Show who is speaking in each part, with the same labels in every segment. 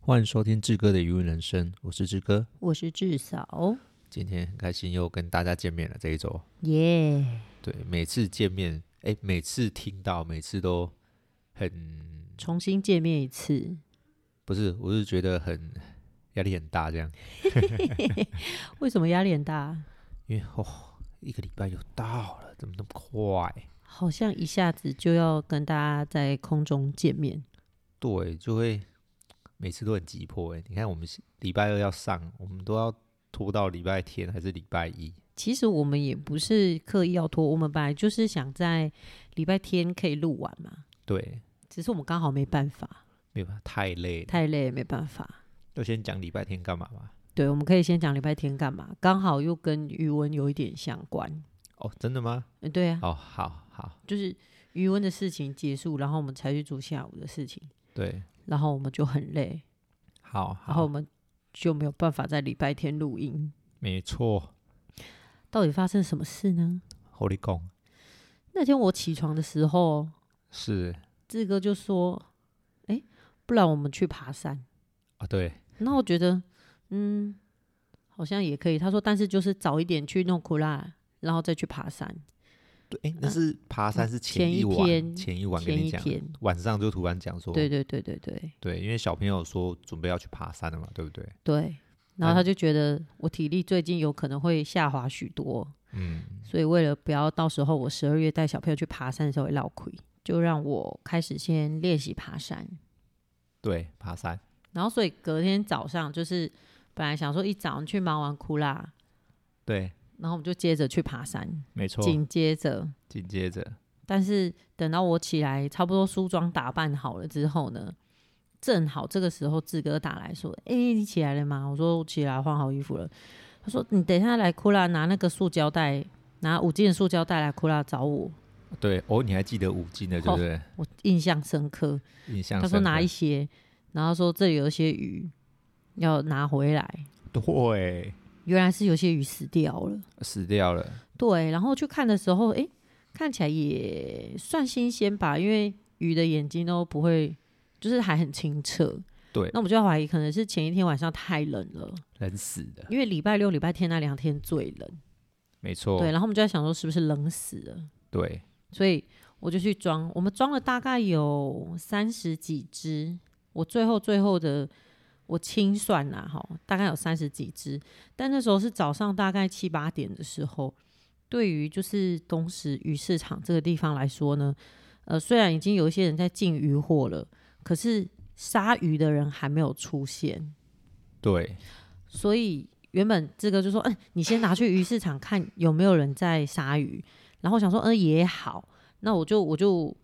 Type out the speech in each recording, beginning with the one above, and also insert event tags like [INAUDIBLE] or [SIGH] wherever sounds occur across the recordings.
Speaker 1: 欢迎收听志哥的余韵人生，我是志哥。
Speaker 2: 我是志嫂，
Speaker 1: 今天很开心又跟大家见面了，这一周。
Speaker 2: 耶、
Speaker 1: 对，每次见面，哎，每次听到，每次都很
Speaker 2: 重新见面一次。
Speaker 1: 不是，我是觉得很压力很大，这样，
Speaker 2: 为什么压力很大？
Speaker 1: 因为哦，一个礼拜又到了，怎么那么快？
Speaker 2: 好像一下子就要跟大家在空中见面。
Speaker 1: 对，就会每次都很急迫。哎，你看我们是礼拜二要上，我们都要拖到礼拜天还是礼拜一？
Speaker 2: 其实我们也不是刻意要拖，我们本来就是想在礼拜天可以录完嘛，
Speaker 1: 对，
Speaker 2: 只是我们刚好没办法，
Speaker 1: 没有办法，太累了。
Speaker 2: 太累也没办法。
Speaker 1: 就先讲礼拜天干嘛嘛？
Speaker 2: 对，我们可以先讲礼拜天干嘛，刚好又跟余文有一点相关。
Speaker 1: 哦，真的吗？
Speaker 2: 嗯，对啊，
Speaker 1: 哦，好好，
Speaker 2: 就是余文的事情结束，然后我们才去做下午的事情，
Speaker 1: 对，
Speaker 2: 然后我们就很累，
Speaker 1: 好
Speaker 2: 然后我
Speaker 1: 好，
Speaker 2: 们就没有办法在礼拜天录音。
Speaker 1: 没错。
Speaker 2: 到底发生什么事呢？
Speaker 1: 我跟你讲，
Speaker 2: 那天我起床的时候，
Speaker 1: 是
Speaker 2: 志哥就说：“哎、不然我们去爬山。
Speaker 1: 啊，对，”
Speaker 2: 那我觉得，嗯，好像也可以。他说：“但是就是早一点去弄库拉，然后再去爬山。
Speaker 1: 对，哎，那是爬山是
Speaker 2: 啊嗯前
Speaker 1: 一
Speaker 2: 一
Speaker 1: 晚，
Speaker 2: 天
Speaker 1: 前一晚跟
Speaker 2: 前
Speaker 1: 你
Speaker 2: 一
Speaker 1: 讲，
Speaker 2: 天，
Speaker 1: 晚上就突然讲说，
Speaker 2: 对对对对对
Speaker 1: 对，因为小朋友说准备要去爬山了嘛，对不对？
Speaker 2: 对。然后他就觉得我体力最近有可能会下滑许多，
Speaker 1: 嗯，
Speaker 2: 所以为了不要到时候我十二月带小朋友去爬山的时候会落亏，就让我开始先练习爬山。
Speaker 1: 对，爬山，
Speaker 2: 然后所以隔天早上就是本来想说一早上去忙完哭啦，
Speaker 1: 对，
Speaker 2: 然后我们就接着去爬山，
Speaker 1: 没错。
Speaker 2: 紧接着，
Speaker 1: 紧接着，
Speaker 2: 但是等到我起来差不多梳妆打扮好了之后呢，正好这个时候志哥打来说：“哎、你起来了吗？”我说：“我起来换好衣服了。”他说：“你等一下来哭啦，拿那个塑胶袋，拿五斤的塑胶袋来哭啦找我。
Speaker 1: 对哦，你还记得五斤的，对不对？”
Speaker 2: 我印象深刻，
Speaker 1: 印象
Speaker 2: 哦他说
Speaker 1: 深
Speaker 2: 拿
Speaker 1: 刻
Speaker 2: 一些，然后说这里有一些鱼要拿回来，
Speaker 1: 对，
Speaker 2: 原来是有些鱼死掉了。
Speaker 1: 死掉了，
Speaker 2: 对，然后去看的时候，诶，看起来也算新鲜吧，因为鱼的眼睛都不会，就是还很清澈。
Speaker 1: 对
Speaker 2: 那我们就要怀疑，可能是前一天晚上太冷了，
Speaker 1: 人死的，
Speaker 2: 因为礼拜六、礼拜天那两天最冷。
Speaker 1: 没错，
Speaker 2: 对，然后我们就在想说，是不是冷死了？
Speaker 1: 对，
Speaker 2: 所以我就去装，我们装了大概有三十几只，我最后最后的我清算啦，哈，大概有三十几只，但那时候是早上大概七八点的时候，对于就是东石鱼市场这个地方来说呢，呃，虽然已经有一些人在进鱼货了，可是杀鱼的人还没有出现，
Speaker 1: 对，
Speaker 2: 所以原本志哥就说：“嗯，你先拿去鱼市场看有没有人在杀鱼。”然后我想说：“嗯，也好，那我就我就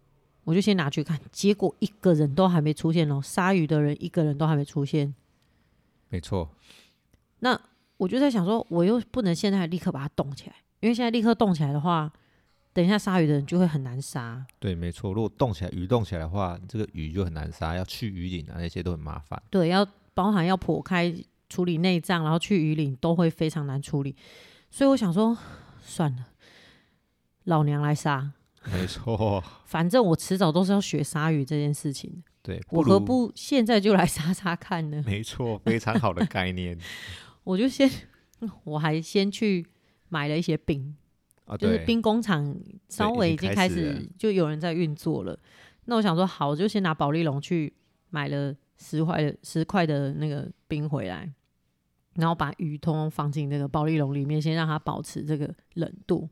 Speaker 2: 我就先拿去看。”结果一个人都还没出现哦，杀鱼的人一个人都还没出现。
Speaker 1: 没错，
Speaker 2: 那我就在想说，我又不能现在立刻把它冻起来，因为现在立刻冻起来的话，等一下杀鱼的人就会很难杀。
Speaker 1: 对，没错。如果冻起来，鱼冻起来的话，这个鱼就很难杀，要去鱼鳞啊那些都很麻烦。
Speaker 2: 对，要包含要剖开处理内脏，然后去鱼鳞都会非常难处理。所以我想说，算了，老娘来杀。
Speaker 1: 没错，
Speaker 2: 反正我迟早都是要学鲨鱼这件事情的，
Speaker 1: 对，
Speaker 2: 我
Speaker 1: 如
Speaker 2: 何不现在就来 [LAUGHS] 杀杀看呢？
Speaker 1: 没错，非常好的概
Speaker 2: [LAUGHS]
Speaker 1: 念
Speaker 2: 我就先， [LAUGHS] 我还先去买了一些冰，
Speaker 1: 啊，
Speaker 2: 就是
Speaker 1: 对，
Speaker 2: 冰工厂稍微已经开
Speaker 1: 已经开始
Speaker 2: 始就有人在运作了。那我想说，好，我就先拿保利龙去买了十块的十块的那个冰回来，然后把鱼通通放进那个保利龙里面，先让它保持这个冷度，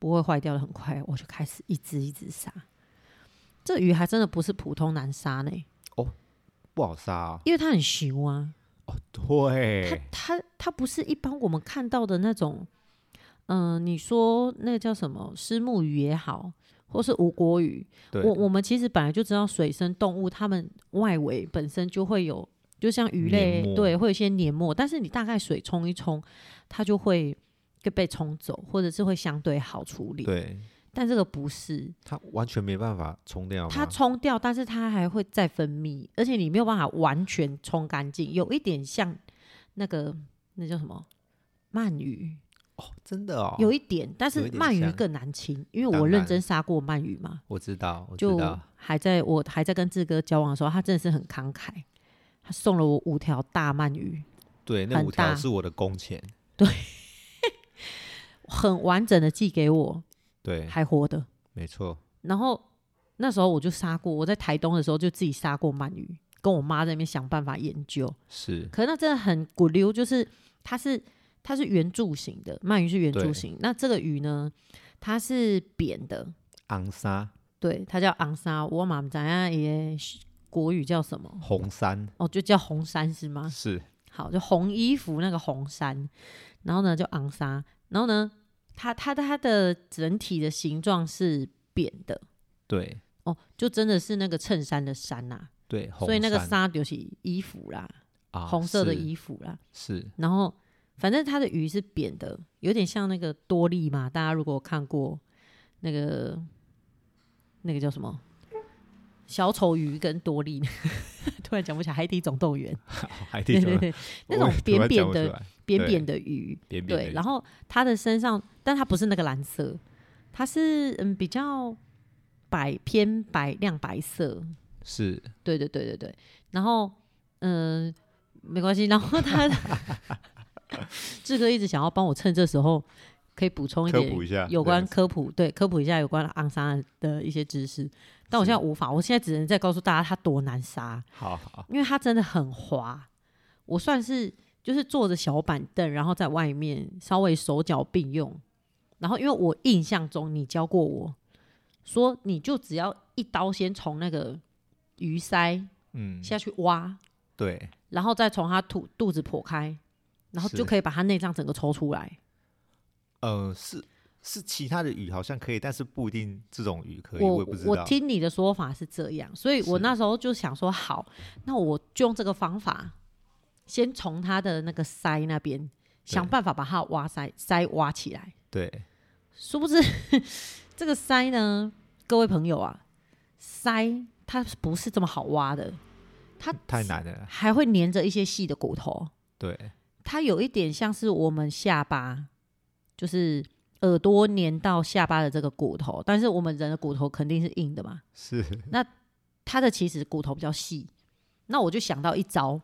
Speaker 2: 不会坏掉的很快。我就开始一只一只杀，这鱼还真的不是普通难杀呢。
Speaker 1: 不好杀哦，
Speaker 2: 因为它很熟啊，它
Speaker 1: 对，
Speaker 2: 它它不是一般我们看到的那种，嗯、你说那个叫什么虱目鱼也好，或是无国鱼，
Speaker 1: 对，
Speaker 2: 我我们其实本来就知道水生动物它们外围本身就会有，就像鱼
Speaker 1: 黏
Speaker 2: 类
Speaker 1: 膜
Speaker 2: 对，会有一些黏膜，但是你大概水冲一冲，它就会被冲走，或者是会相对好处理。
Speaker 1: 对，
Speaker 2: 但这个不是，
Speaker 1: 它完全没办法冲掉吗？
Speaker 2: 它冲掉，但是它还会再分泌，而且你没有办法完全冲干净，有一点像那个那叫什么鳗鱼，
Speaker 1: 哦，真的哦，
Speaker 2: 有一点，但是
Speaker 1: 有一点
Speaker 2: 鳗鱼
Speaker 1: 像
Speaker 2: 更难清，因为
Speaker 1: 当
Speaker 2: 我认
Speaker 1: 然
Speaker 2: 真杀过鳗鱼嘛，
Speaker 1: 我知道，我知
Speaker 2: 就
Speaker 1: 道，
Speaker 2: 还在我还在跟志哥交往的时候，他真的是很慷慨，他他送了我五条大鳗鱼，
Speaker 1: 对，那
Speaker 2: 很
Speaker 1: 五条
Speaker 2: 大
Speaker 1: 是我的工钱，
Speaker 2: 很完整的寄给我，
Speaker 1: 对，
Speaker 2: 还活的。
Speaker 1: 没错，
Speaker 2: 然后那时候我就杀过，我在台东的时候就自己杀过鳗鱼，跟我妈在那边想办法研究。
Speaker 1: 是
Speaker 2: 可是那真的很骨溜，就是它是它是圆柱形的，鳗鱼是圆柱
Speaker 1: 对
Speaker 2: 形，那这个鱼呢，它是扁的，
Speaker 1: 昂沙
Speaker 2: 对，它叫昂沙，我妈妈咱也国语叫什么？
Speaker 1: 红山，
Speaker 2: 哦，就叫红山是吗？
Speaker 1: 是
Speaker 2: 好，就红衣服那个红衫，然后呢就昂沙，然后呢，它它它的整体的形状是扁的
Speaker 1: 对
Speaker 2: 哦，就真的是那个衬衫的衫呐、
Speaker 1: 对，红
Speaker 2: 所以那个
Speaker 1: 山
Speaker 2: 纱就是衣服啦，
Speaker 1: 啊
Speaker 2: 红色的
Speaker 1: 是
Speaker 2: 衣服啦，
Speaker 1: 是
Speaker 2: 然后反正它的鱼是扁的，有点像那个多利嘛，大家如果有看过那个那个叫什么小丑鱼跟多利， [LAUGHS] 突然讲不起来，《海底总动员》
Speaker 1: [LAUGHS] 海底
Speaker 2: 对
Speaker 1: 总
Speaker 2: 对
Speaker 1: 动员
Speaker 2: 对， [LAUGHS] 那
Speaker 1: 我
Speaker 2: 种
Speaker 1: 也突
Speaker 2: 扁
Speaker 1: 然
Speaker 2: 扁
Speaker 1: 讲不
Speaker 2: 的
Speaker 1: 出来
Speaker 2: 扁
Speaker 1: 对
Speaker 2: 扁的鱼，
Speaker 1: 扁扁
Speaker 2: 对，
Speaker 1: 的
Speaker 2: 然后它的身上，但它不是那个蓝色，它是嗯比较白偏白亮白色，
Speaker 1: 是
Speaker 2: 对对对对对，然后嗯、没关系，然后他志哥一直想要帮我趁这时候可以补充一
Speaker 1: 科
Speaker 2: 点
Speaker 1: 普一下
Speaker 2: 有关
Speaker 1: 对
Speaker 2: 科普，对科普一下有关昂沙的一些知识，但我现在无法，我现在只能再告诉大家它多难杀，
Speaker 1: 好好
Speaker 2: 因为它真的很滑，我算是就是坐着小板凳，然后在外面稍微手脚并用，然后因为我印象中你教过我说，你就只要一刀先从那个鱼鳃
Speaker 1: 嗯
Speaker 2: 下去挖，
Speaker 1: 对
Speaker 2: 然后再从它肚肚子剖开，然后
Speaker 1: 是
Speaker 2: 就可以把它内脏整个抽出来。
Speaker 1: 呃是是其他的鱼好像可以，但是不一定这种鱼可以，
Speaker 2: 我
Speaker 1: 也不知
Speaker 2: 我
Speaker 1: 道
Speaker 2: 听你的说法是这样，所以我
Speaker 1: 是
Speaker 2: 那时候就想说，好，那我就用这个方法，先从它的那个鳃那边想办法把它挖鳃鳃挖起来。
Speaker 1: 对
Speaker 2: 殊不知 [LAUGHS] 这个鳃呢，各位朋友啊，鳃它不是这么好挖的，它
Speaker 1: 太难了，
Speaker 2: 还会粘着一些细的骨头。
Speaker 1: 对
Speaker 2: 它有一点像是我们下巴，就是耳朵粘到下巴的这个骨头，但是我们人的骨头肯定是硬的嘛，
Speaker 1: 是
Speaker 2: 它的其实骨头比较细。那我就想到一招，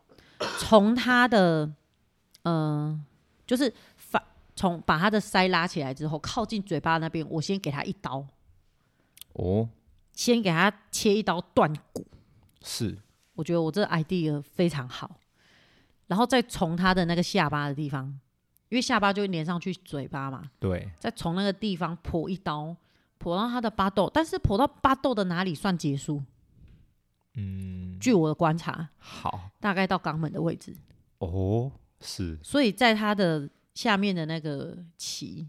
Speaker 2: 从它的，呃，就是反从把它的腮拉起来之后，靠近嘴巴那边，我先给它一刀，
Speaker 1: 哦
Speaker 2: 先给它切一刀断骨。
Speaker 1: 是
Speaker 2: 我觉得我这个 idea 非常好，然后再从它的那个下巴的地方，因为下巴就会连上去嘴巴嘛，
Speaker 1: 对
Speaker 2: 再从那个地方剖一刀，剖到他的巴豆，但是剖到巴豆的哪里算结束？
Speaker 1: 嗯
Speaker 2: 据我的观察，
Speaker 1: 好
Speaker 2: 大概到肛门的位置，
Speaker 1: 哦是
Speaker 2: 所以在他的下面的那个鳍，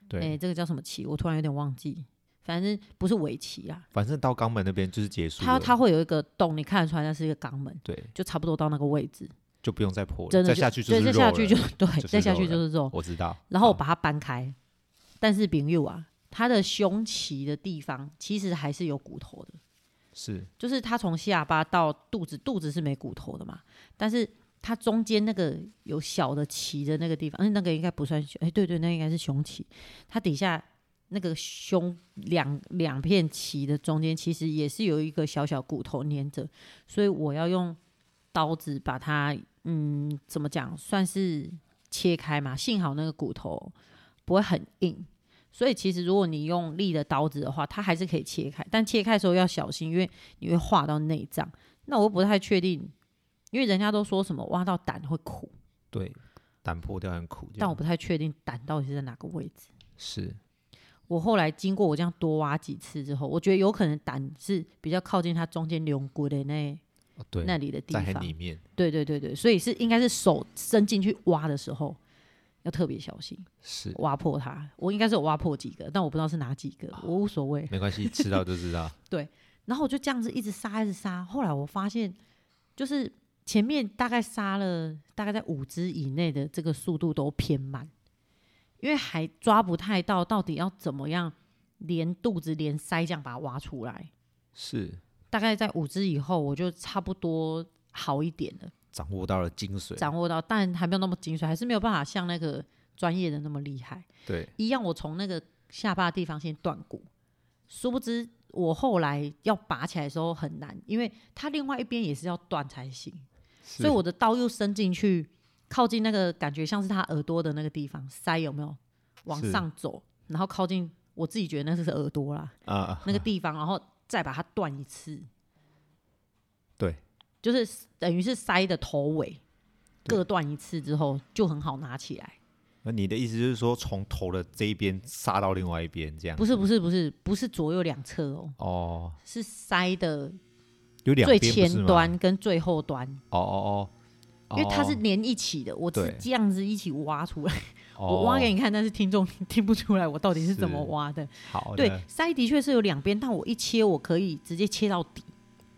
Speaker 2: 哎、
Speaker 1: 对，
Speaker 2: 这个叫什么鳍？我突然有点忘记，反正不是尾鳍啊，
Speaker 1: 反正到肛门那边就是结束
Speaker 2: 它
Speaker 1: 了，
Speaker 2: 它会有一个洞，你看得出来那是一个肛门，
Speaker 1: 对
Speaker 2: 就差不多到那个位置，
Speaker 1: 就不用再破
Speaker 2: 真
Speaker 1: 了，
Speaker 2: 的
Speaker 1: 哦再
Speaker 2: 就
Speaker 1: 下去就
Speaker 2: 对，
Speaker 1: 是
Speaker 2: 再
Speaker 1: 肉
Speaker 2: 下去
Speaker 1: 了
Speaker 2: 就 [LAUGHS] 对，
Speaker 1: 就是
Speaker 2: 再下
Speaker 1: 肉
Speaker 2: 去就是肉，
Speaker 1: 我知道，
Speaker 2: 然后我
Speaker 1: 好
Speaker 2: 把它掰开，但是丙佑啊，它的胸鳍的地方其实还是有骨头的。
Speaker 1: 是
Speaker 2: 就是它从下巴到肚子，肚子是没骨头的嘛，但是它中间那个有小的鳍的那个地方，嗯，那个应该不算胸，哎，对对，那应该是胸鳍。它底下那个胸两两片鳍的中间，其实也是有一个小小骨头粘着，所以我要用刀子把它，嗯，怎么讲，算是切开嘛。幸好那个骨头不会很硬。所以其实，如果你用力的刀子的话，它还是可以切开，但切开的时候要小心，因为你会划到内脏。那我又不太确定，因为人家都说什么挖到胆会苦，
Speaker 1: 对胆破掉很苦这样，
Speaker 2: 但我不太确定胆到底是在哪个位置。
Speaker 1: 是
Speaker 2: 我后来经过我这样多挖几次之后，我觉得有可能胆是比较靠近它中间龙骨的那
Speaker 1: 哦对
Speaker 2: 那里的地
Speaker 1: 在很
Speaker 2: 方。
Speaker 1: 里面
Speaker 2: 对对对对，所以是应该是手伸进去挖的时候要特别小心，
Speaker 1: 是
Speaker 2: 挖破它。我应该是有挖破几个，但我不知道是哪几个，我无所谓。
Speaker 1: 没关系，吃到就知道，
Speaker 2: 然后我就这样子一直杀，一直杀。后来我发现，就是前面大概杀了大概在五只以内的这个速度都偏慢，因为还抓不太到到底要怎么样连肚子连腮这样把它挖出来。
Speaker 1: 是
Speaker 2: 大概在五只以后，我就差不多好一点了，
Speaker 1: 掌握到了精髓，
Speaker 2: 掌握到，但还没有那么精髓，还是没有办法像那个专业的那么厉害。
Speaker 1: 对
Speaker 2: 一样，我从那个下巴的地方先断骨，殊不知我后来要拔起来的时候很难，因为它另外一边也是要断才行，所以我的刀又伸进去，靠近那个感觉像是他耳朵的那个地方，腮有没有往
Speaker 1: 是
Speaker 2: 上走，然后靠近我自己觉得那是耳
Speaker 1: [LAUGHS]
Speaker 2: 朵啦，
Speaker 1: 啊，
Speaker 2: 那个地方，然后再把它断一次，
Speaker 1: 对，
Speaker 2: 就是等于是腮的头尾
Speaker 1: 对
Speaker 2: 各断一次之后就很好拿起来。
Speaker 1: 那你的意思就是说，从头的这一边杀到另外一边，这样？
Speaker 2: 不是不是不是不是左右两侧哦，
Speaker 1: 哦，
Speaker 2: 是腮的
Speaker 1: 有两
Speaker 2: 最
Speaker 1: 边不是
Speaker 2: 前
Speaker 1: 吗
Speaker 2: 端跟最后端，
Speaker 1: 哦哦哦，
Speaker 2: 因为它是
Speaker 1: 哦
Speaker 2: 连一起的，我是
Speaker 1: 对
Speaker 2: 这样子一起挖出来，
Speaker 1: 哦
Speaker 2: 我挖给你看，但是听众听听不出来我到底是怎么
Speaker 1: 是
Speaker 2: 挖的。
Speaker 1: 好
Speaker 2: 对
Speaker 1: 的，
Speaker 2: 腮的确是有两边，但我一切我可以直接切到底，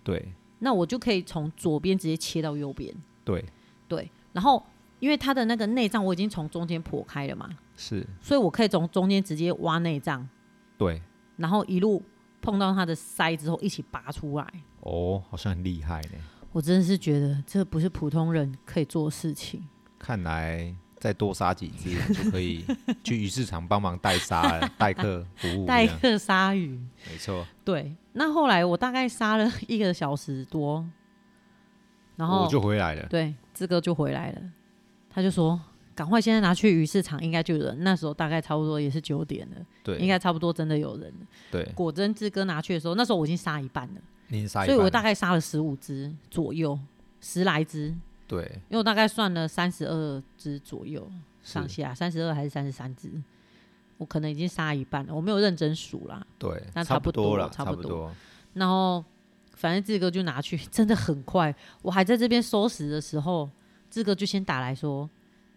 Speaker 1: 对
Speaker 2: 那我就可以从左边直接切到右边，
Speaker 1: 对
Speaker 2: 对，然后。因为它的那个内脏我已经从中间剖开了嘛，
Speaker 1: 是，
Speaker 2: 所以我可以从中间直接挖内脏，
Speaker 1: 对
Speaker 2: 然后一路碰到它的腮之后一起拔出来。
Speaker 1: 哦，好像很厉害呢。
Speaker 2: 我真的是觉得这不是普通人可以做的事情。
Speaker 1: 看来再多杀几只就可以去鱼市场帮忙代杀
Speaker 2: [LAUGHS]
Speaker 1: 了，代客服务这
Speaker 2: 带
Speaker 1: 样，
Speaker 2: 客鲨鱼，
Speaker 1: 没错。
Speaker 2: 对。那后来我大概杀了一个小时多，然后
Speaker 1: 我就回来了。
Speaker 2: 对志哥就回来了，他就说赶快现在拿去鱼市场，应该就有人。那时候大概差不多也是九点了，
Speaker 1: 对，
Speaker 2: 应该差不多真的有人了。
Speaker 1: 对，
Speaker 2: 果真志哥拿去的时候，那时候我已经杀一半了，
Speaker 1: 你杀一
Speaker 2: 所以我
Speaker 1: 半
Speaker 2: 大概杀了十五只左右，十来只，
Speaker 1: 对
Speaker 2: 因为我大概算了三十二只左右。
Speaker 1: 是
Speaker 2: 上，下三十二还是三十三只，我可能已经杀一半了，我没有认真数啦。
Speaker 1: 对，
Speaker 2: 那
Speaker 1: 差
Speaker 2: 差不
Speaker 1: 多
Speaker 2: 多
Speaker 1: 了，
Speaker 2: 差
Speaker 1: 差
Speaker 2: 不
Speaker 1: 不
Speaker 2: 多
Speaker 1: 多。
Speaker 2: 然后反正志哥就拿去， [LAUGHS] 真的很快。我还在这边收拾的时候，志哥就先打来说，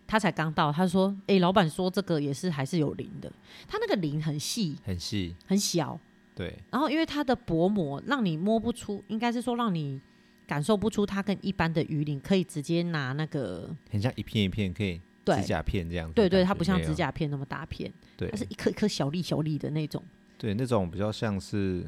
Speaker 2: 他才刚到，他说：“诶，老板说这个也是还是有鳞的，他那个鳞很细
Speaker 1: 很细，
Speaker 2: 很小，
Speaker 1: 对
Speaker 2: 然后因为它的薄膜让你摸不出，应该是说让你感受不出它跟一般的鱼鳞可以直接拿那个
Speaker 1: 很像一片一片，可以指
Speaker 2: 对。”
Speaker 1: 甲片这样子的
Speaker 2: 对
Speaker 1: 感觉。
Speaker 2: 对，它不像
Speaker 1: 没有
Speaker 2: 指，甲片那么大片，
Speaker 1: 对
Speaker 2: 它是一颗一颗小粒小粒的那种
Speaker 1: 对，那种比较像是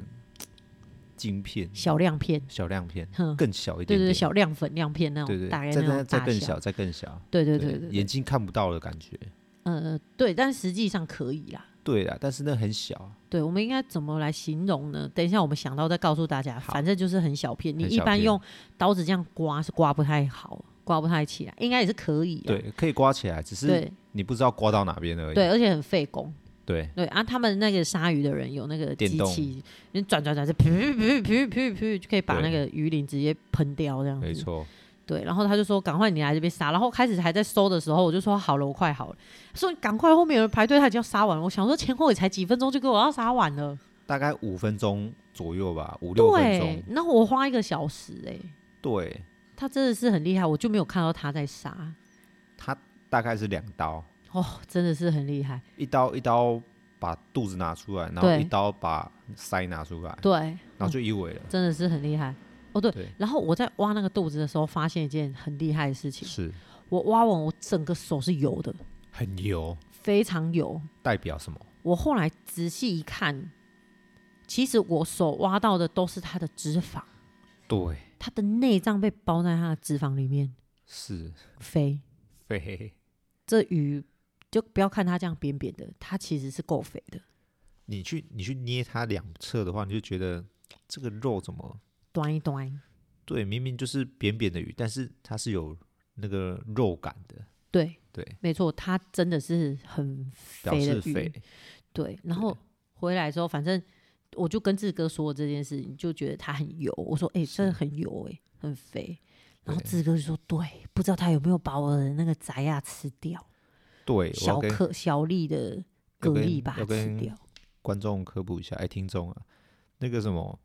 Speaker 1: 晶片、
Speaker 2: 小亮片。
Speaker 1: 小亮片，
Speaker 2: 哼，
Speaker 1: 更小一点
Speaker 2: 对嗯对，
Speaker 1: 点，
Speaker 2: 对小亮粉亮片那
Speaker 1: 对
Speaker 2: 种，
Speaker 1: 对，
Speaker 2: 大概
Speaker 1: 再
Speaker 2: 那
Speaker 1: 再
Speaker 2: 种
Speaker 1: 再
Speaker 2: 大
Speaker 1: 更
Speaker 2: 小
Speaker 1: 小，。再更小，
Speaker 2: 对对对对对，
Speaker 1: 眼睛看不到的感觉。
Speaker 2: 呃，对，但实际上可以啦。
Speaker 1: 对啦，但是那很小，
Speaker 2: 对，我们应该怎么来形容呢？等一下我们想到再告诉大家，
Speaker 1: 好
Speaker 2: 反正就是很小片，你
Speaker 1: 很
Speaker 2: 一
Speaker 1: 小
Speaker 2: 般
Speaker 1: 片
Speaker 2: 用刀子这样刮是刮不太好，刮不太起来，应该也是可以啊。
Speaker 1: 对，可以刮起来，只是
Speaker 2: 对
Speaker 1: 你不知道刮到哪边而已。
Speaker 2: 对，而且很费工。
Speaker 1: 对
Speaker 2: 对啊，他们那个杀鱼的人有那个
Speaker 1: 电
Speaker 2: 机
Speaker 1: 动
Speaker 2: 器，你转转转，就噗噗噗噗噗，就可以把那
Speaker 1: 对
Speaker 2: 个鱼鳞直接喷掉这样子。
Speaker 1: 没错，
Speaker 2: 对，然后他就说：“赶快你来这边杀。”然后开始还在收的时候，我就说：“好了，我快好了。”他说：“赶快，后面有人排队，他已经要杀完了。”我想说前后也才几分钟就给我要杀完了，
Speaker 1: 大概五分钟左右吧，五六分
Speaker 2: 对
Speaker 1: 钟。。
Speaker 2: 那我花一个小时、欸，
Speaker 1: 对，
Speaker 2: 他真的是很厉害，我就没有看到他在杀，
Speaker 1: 它大概是两刀，
Speaker 2: 哦，真的是很厉害。
Speaker 1: 一刀一刀把肚子拿出来，然后
Speaker 2: 对
Speaker 1: 一刀把腮拿出来，
Speaker 2: 对，
Speaker 1: 然后就一尾了。
Speaker 2: 真的是很厉害。哦，对。
Speaker 1: 对，
Speaker 2: 然后我在挖那个肚子的时候，发现一件很厉害的事情，
Speaker 1: 是
Speaker 2: 我挖完我整个手是油的，
Speaker 1: 很油，
Speaker 2: 非常油。
Speaker 1: 代表什么？
Speaker 2: 我后来仔细一看，其实我手挖到的都是它的脂肪。
Speaker 1: 对，
Speaker 2: 它的内脏被包在它的脂肪里面
Speaker 1: 是
Speaker 2: 肥。
Speaker 1: 肥。
Speaker 2: 这鱼就不要看它这样扁扁的，它其实是够肥的，
Speaker 1: [LAUGHS] 你去你去捏它两侧的话，你就觉得这个肉怎么
Speaker 2: 端一端。
Speaker 1: 对，明明就是扁扁的鱼，但是它是有那个肉感的，
Speaker 2: 对，
Speaker 1: 对，
Speaker 2: 没错，它真的是很
Speaker 1: 表
Speaker 2: 肥的
Speaker 1: 示
Speaker 2: 鱼。
Speaker 1: 肥，
Speaker 2: 对，然后回来之后，反正我就跟志哥说这件事情，就觉得它很油。我说：“哎、真的很油、哎，很肥。”然后
Speaker 1: 对
Speaker 2: 志哥就说：“对，不知道他有没有把我的那个宅亚吃掉，
Speaker 1: 对，我要
Speaker 2: 小
Speaker 1: 跟
Speaker 2: 颗小粒的蛤
Speaker 1: 要跟
Speaker 2: 蜊把它
Speaker 1: 要
Speaker 2: 吃
Speaker 1: 跟
Speaker 2: 掉。
Speaker 1: 观众科普一下，哎，听众啊，那个什么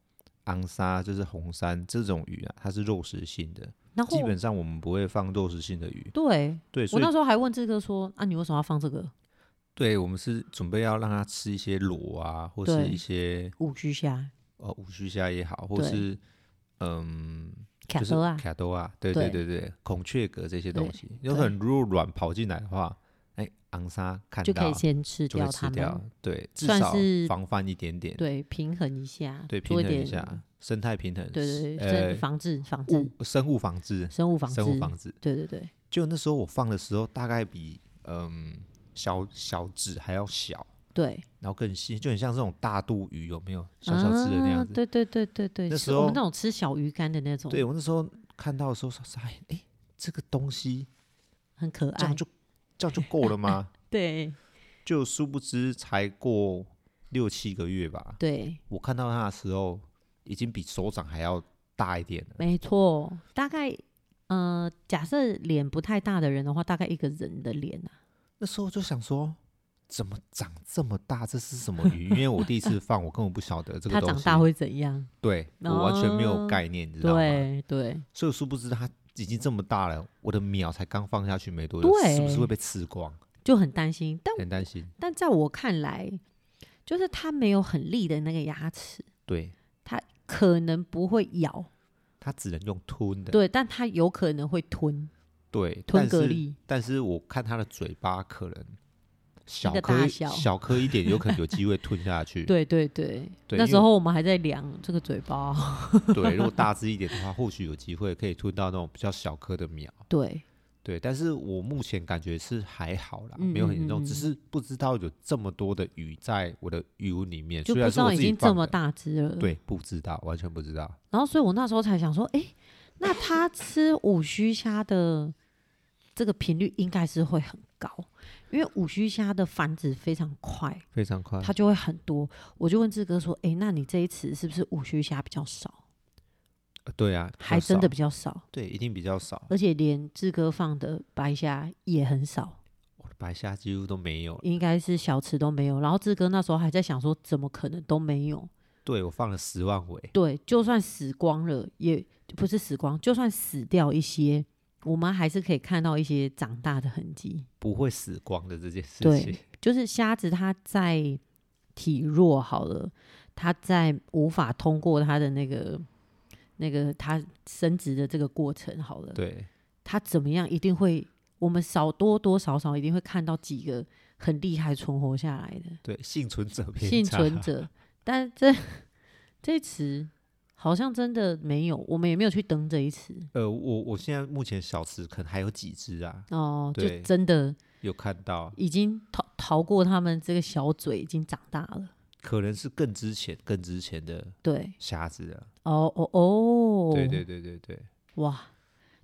Speaker 1: 昂沙就是红山这种鱼啊，它是肉食性的，”
Speaker 2: 然后
Speaker 1: 基本上我们不会放肉食性的鱼，
Speaker 2: 对，
Speaker 1: 对，所
Speaker 2: 我
Speaker 1: 以
Speaker 2: 那时候还问志哥说：“啊，你为什么要放这个
Speaker 1: 对我们是准备要让它吃一些螺啊，或是
Speaker 2: 对
Speaker 1: 一些
Speaker 2: 五须虾？
Speaker 1: 呃无须虾也好，或
Speaker 2: 对
Speaker 1: 是嗯。
Speaker 2: 卡
Speaker 1: 就是
Speaker 2: 车啊，
Speaker 1: 卡多啊，对对对
Speaker 2: 对
Speaker 1: 对，孔雀蛤这些东西，
Speaker 2: 对
Speaker 1: 有可能如果卵跑进来的话，哎，昂沙看
Speaker 2: 就可
Speaker 1: 到
Speaker 2: 以先吃
Speaker 1: 就会
Speaker 2: 掉
Speaker 1: 吃
Speaker 2: 它
Speaker 1: 掉
Speaker 2: 们，，
Speaker 1: 对，至
Speaker 2: 算
Speaker 1: 少
Speaker 2: 是
Speaker 1: 防范一点点，
Speaker 2: 对，平衡一下，
Speaker 1: 对，平
Speaker 2: 做
Speaker 1: 衡一
Speaker 2: 点，
Speaker 1: 下生态平衡，
Speaker 2: 对对对，
Speaker 1: 呃
Speaker 2: 生防治防治
Speaker 1: 物生物防治，
Speaker 2: 生物防治
Speaker 1: 生，物防治。
Speaker 2: 对对对，
Speaker 1: 就那时候我放的时候，大概比嗯小小指还要小，
Speaker 2: 对，
Speaker 1: 然后更细，就很像这种大肚鱼有没有小小只的那
Speaker 2: 啊
Speaker 1: 样子？
Speaker 2: 对对对对对，
Speaker 1: 那
Speaker 2: 是
Speaker 1: 时
Speaker 2: 我
Speaker 1: 候
Speaker 2: 们那种吃小鱼干的那种，
Speaker 1: 对我那时候看到的时候说，哎哎，这个东西
Speaker 2: 很可
Speaker 1: 这
Speaker 2: 爱
Speaker 1: 样。就这样就够了吗？
Speaker 2: 对
Speaker 1: 就殊不知才过六七个月吧，
Speaker 2: 对，
Speaker 1: 我看到它的时候，已经比手掌还要大一点了。
Speaker 2: 没错，大概呃，假设脸不太大的人的话，大概一个人的脸啊，
Speaker 1: 那时候就想说，怎么长这么大？这是什么鱼？因为我第一次放，我根本不晓得这
Speaker 2: 它
Speaker 1: 个
Speaker 2: 长
Speaker 1: 东西
Speaker 2: 大。会怎样？
Speaker 1: 对我完全没有概念，你知道吗？
Speaker 2: 对对
Speaker 1: 所以殊不知它已经这么大了，我的苗才刚放下去没多久，
Speaker 2: 对
Speaker 1: 是不是会被吃光？
Speaker 2: 就很担心。但
Speaker 1: 很担心。
Speaker 2: 但在我看来，就是它没有很利的那个牙齿，
Speaker 1: 对，
Speaker 2: 它可能不会咬，
Speaker 1: 它只能用吞的。
Speaker 2: 对，但它有可能会吞
Speaker 1: 对，
Speaker 2: 吞
Speaker 1: 但
Speaker 2: 蛤
Speaker 1: 是
Speaker 2: 蜊。
Speaker 1: 但是我看它的嘴巴可能小
Speaker 2: 个
Speaker 1: 颗
Speaker 2: 大
Speaker 1: 一
Speaker 2: 小
Speaker 1: 小颗一点，有可能有机会吞下去。
Speaker 2: [LAUGHS] 对对对，
Speaker 1: 对
Speaker 2: 那
Speaker 1: 因
Speaker 2: 时
Speaker 1: 为
Speaker 2: 候我们还在量这个嘴巴。
Speaker 1: 对，如果大只一点的话，或许有机会可以吞到那种比较小颗的苗。
Speaker 2: 对，
Speaker 1: 对，但是我目前感觉是还好啦，没有很严重，
Speaker 2: 嗯嗯嗯
Speaker 1: 只是不知道有这么多的鱼在我的鱼窝里面，
Speaker 2: 就
Speaker 1: 虽
Speaker 2: 不
Speaker 1: 然
Speaker 2: 知
Speaker 1: 是我
Speaker 2: 道已
Speaker 1: 自己
Speaker 2: 经
Speaker 1: 放
Speaker 2: 这么
Speaker 1: 的，
Speaker 2: 大只了。
Speaker 1: 对，不知道，完全不知道。
Speaker 2: 然后所以我那时候才想说，哎、那他吃五须虾的这个频率应该是会很高，因为五须虾的繁殖非常快，
Speaker 1: 非常快，
Speaker 2: 它就会很多。我就问志哥说，哎、那你这一次是不是五须虾比较少？
Speaker 1: 呃对啊，比较
Speaker 2: 还真的
Speaker 1: 少嗯
Speaker 2: 比较少，
Speaker 1: 对，一定比较少，
Speaker 2: 而且连志哥放的白虾也很少，
Speaker 1: 我的白虾几乎都没有了。
Speaker 2: 应该是小吃都没有。然后志哥那时候还在想说，怎么可能都没有？
Speaker 1: 对我放了十万尾，
Speaker 2: 对，就算死光了，也不是死光，就算死掉一些，我们还是可以看到一些长大的痕迹。
Speaker 1: 不会死光的这件事
Speaker 2: 对
Speaker 1: 情，
Speaker 2: 就是虾子它在体弱好了，它在无法通过它的那个那个它生殖的这个过程好了，
Speaker 1: 对，
Speaker 2: 它怎么样一定会，我们少多多少少一定会看到几个很厉害存活下来的
Speaker 1: 对，幸存者偏
Speaker 2: 幸
Speaker 1: 差
Speaker 2: 存，
Speaker 1: [LAUGHS]
Speaker 2: 者，但这这词好像真的没有，我们也没有去登这一词。
Speaker 1: 呃，我我现在目前小池可能还有几只啊，
Speaker 2: 哦，就
Speaker 1: 对
Speaker 2: 真的
Speaker 1: 有看到，
Speaker 2: 已经逃逃过他们这个小嘴，已经长大了。
Speaker 1: 可能是更之前更之前的
Speaker 2: 对，
Speaker 1: 虾子啊，
Speaker 2: 哦哦哦，
Speaker 1: 对对对对对
Speaker 2: 哇，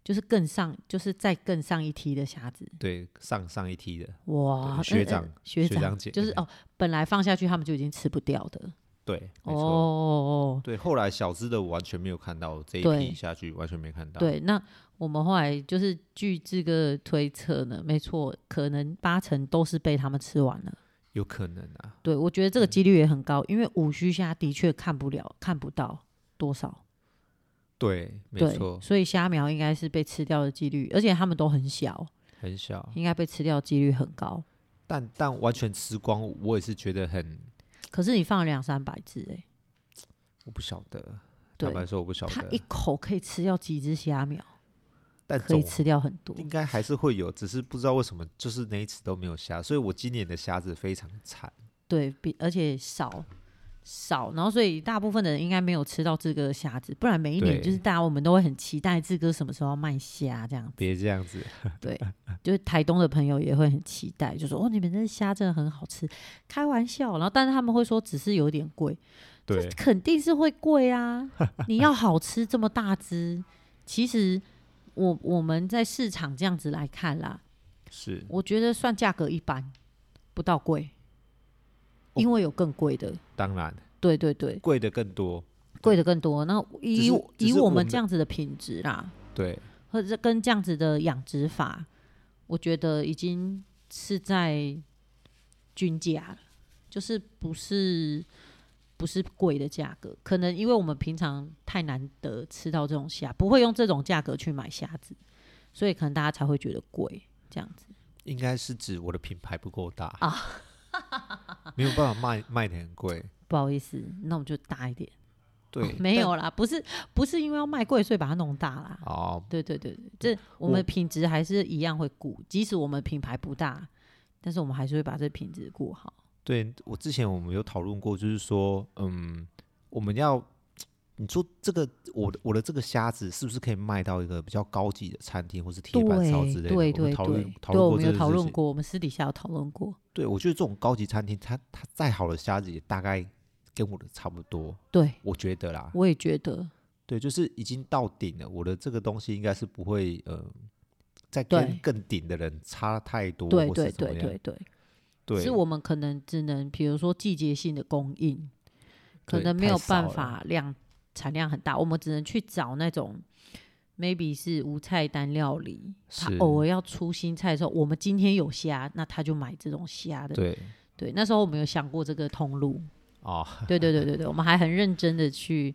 Speaker 2: 就是更上，就是再更上一梯的匣子，
Speaker 1: 对，上上一梯的，
Speaker 2: 哇，
Speaker 1: 对学
Speaker 2: 呃呃
Speaker 1: 长
Speaker 2: 学
Speaker 1: 学长姐嗯
Speaker 2: 就是哦，本来放下去他们就已经吃不掉的，
Speaker 1: 对，没
Speaker 2: 哦
Speaker 1: 错。
Speaker 2: 哦，
Speaker 1: 对，后来小只的我完全没有看到这一
Speaker 2: 对
Speaker 1: 批下去，完全没看
Speaker 2: 哦
Speaker 1: 到。，
Speaker 2: 对，那我们后来就是据这个推测呢，没错，可能八成都是被他们吃完了。
Speaker 1: 有可能啊。
Speaker 2: 对，我觉得这个几率也很高，因为五须虾的确看不了，看不到多少，
Speaker 1: 对，没
Speaker 2: 对
Speaker 1: 错，，
Speaker 2: 所以虾苗应该是被吃掉的几率，而且它们都很小，
Speaker 1: 很小，
Speaker 2: 应该被吃掉的几率很高。
Speaker 1: 但但完全吃光，我也是觉得很，
Speaker 2: 可是你放了两三百只、欸，
Speaker 1: 我不晓得。
Speaker 2: 对
Speaker 1: 坦白说，我不晓
Speaker 2: 他一
Speaker 1: 得。
Speaker 2: 口可以吃掉几只虾苗，
Speaker 1: 但
Speaker 2: 可以
Speaker 1: 总
Speaker 2: 吃掉很多。
Speaker 1: 应该还是会有，只是不知道为什么，就是那一次都没有虾，所以我今年的虾子非常惨。
Speaker 2: 对比，而且少少，然后所以大部分的人应该没有吃到这个虾子，不然每一年
Speaker 1: 对。
Speaker 2: 就是大家我们都会很期待这个什么时候要卖虾这样
Speaker 1: 别这样子，
Speaker 2: 对，就是台东的朋友也会很期待，就说哦，你们这虾真的很好吃，开玩笑。然后但是他们会说只是有点贵，
Speaker 1: [LAUGHS] 对
Speaker 2: 肯定是会
Speaker 1: [LAUGHS]
Speaker 2: 贵啊！你要好吃这么大只，其实我我们在市场这样子来看啦，
Speaker 1: 是
Speaker 2: 我觉得算价格一般，不到贵，
Speaker 1: 哦
Speaker 2: 因为有更贵的。
Speaker 1: 当然
Speaker 2: 对对对，
Speaker 1: 贵的更多。
Speaker 2: 贵的更多。那以
Speaker 1: 只是
Speaker 2: 我
Speaker 1: 只
Speaker 2: 以
Speaker 1: 是
Speaker 2: 我
Speaker 1: 我
Speaker 2: 们
Speaker 1: 们
Speaker 2: 这样子的品质啦，
Speaker 1: 对，
Speaker 2: 或者跟这样子的养殖法，我觉得已经是在均价了，就是不是不是贵的价格。可能因为我们平常太难得吃到这种虾，不会用这种价格去买虾子，所以可能大家才会觉得贵这样子。
Speaker 1: 应该是指我的品牌不够大
Speaker 2: 啊，
Speaker 1: 没有办法卖卖的很贵。
Speaker 2: 不好意思，那我们就大一点。
Speaker 1: 对，
Speaker 2: 没有啦，不是不是因为要卖贵所以把它弄大啦。
Speaker 1: 哦，
Speaker 2: 对对对对，这我们
Speaker 1: 我
Speaker 2: 品质还是一样会顾，即使我们品牌不大，但是我们还是会把这品质顾好。
Speaker 1: 对我之前我们有讨论过，就是说，嗯，我们要你说这个我的我的这个虾子是不是可以卖到一个比较高级的餐厅或是铁板烧之类的？
Speaker 2: 对
Speaker 1: 我
Speaker 2: 对
Speaker 1: 们讨
Speaker 2: 对
Speaker 1: 论讨
Speaker 2: 对，
Speaker 1: 论
Speaker 2: 我
Speaker 1: 过
Speaker 2: 们
Speaker 1: 这
Speaker 2: 有
Speaker 1: 个
Speaker 2: 讨
Speaker 1: 事
Speaker 2: 论
Speaker 1: 情
Speaker 2: 过，我们私底下有讨论过。
Speaker 1: 对，我觉得这种高级餐厅，它它再好的虾子也大概跟我的差不多，
Speaker 2: 对，
Speaker 1: 我觉得啦。
Speaker 2: 我也觉得，
Speaker 1: 对，就是已经到顶了，我的这个东西应该是不会呃在跟
Speaker 2: 对
Speaker 1: 更顶的人差太多，
Speaker 2: 对
Speaker 1: 或
Speaker 2: 对
Speaker 1: 是怎么
Speaker 2: 对
Speaker 1: 样
Speaker 2: 对对，
Speaker 1: 对，
Speaker 2: 是我们可能只能比如说季节性的供应，可
Speaker 1: 对
Speaker 2: 能没
Speaker 1: 太
Speaker 2: 有
Speaker 1: 少
Speaker 2: 办
Speaker 1: 了
Speaker 2: 法量产量很大，我们只能去找那种 maybe 是无菜单料理，他
Speaker 1: 是
Speaker 2: 偶尔要出新菜的时候，我们今天有虾，那他就买这种虾的。
Speaker 1: 对
Speaker 2: 对，那时候我们有想过这个通路，
Speaker 1: 哦，
Speaker 2: 对对对对对，我们还很认真的去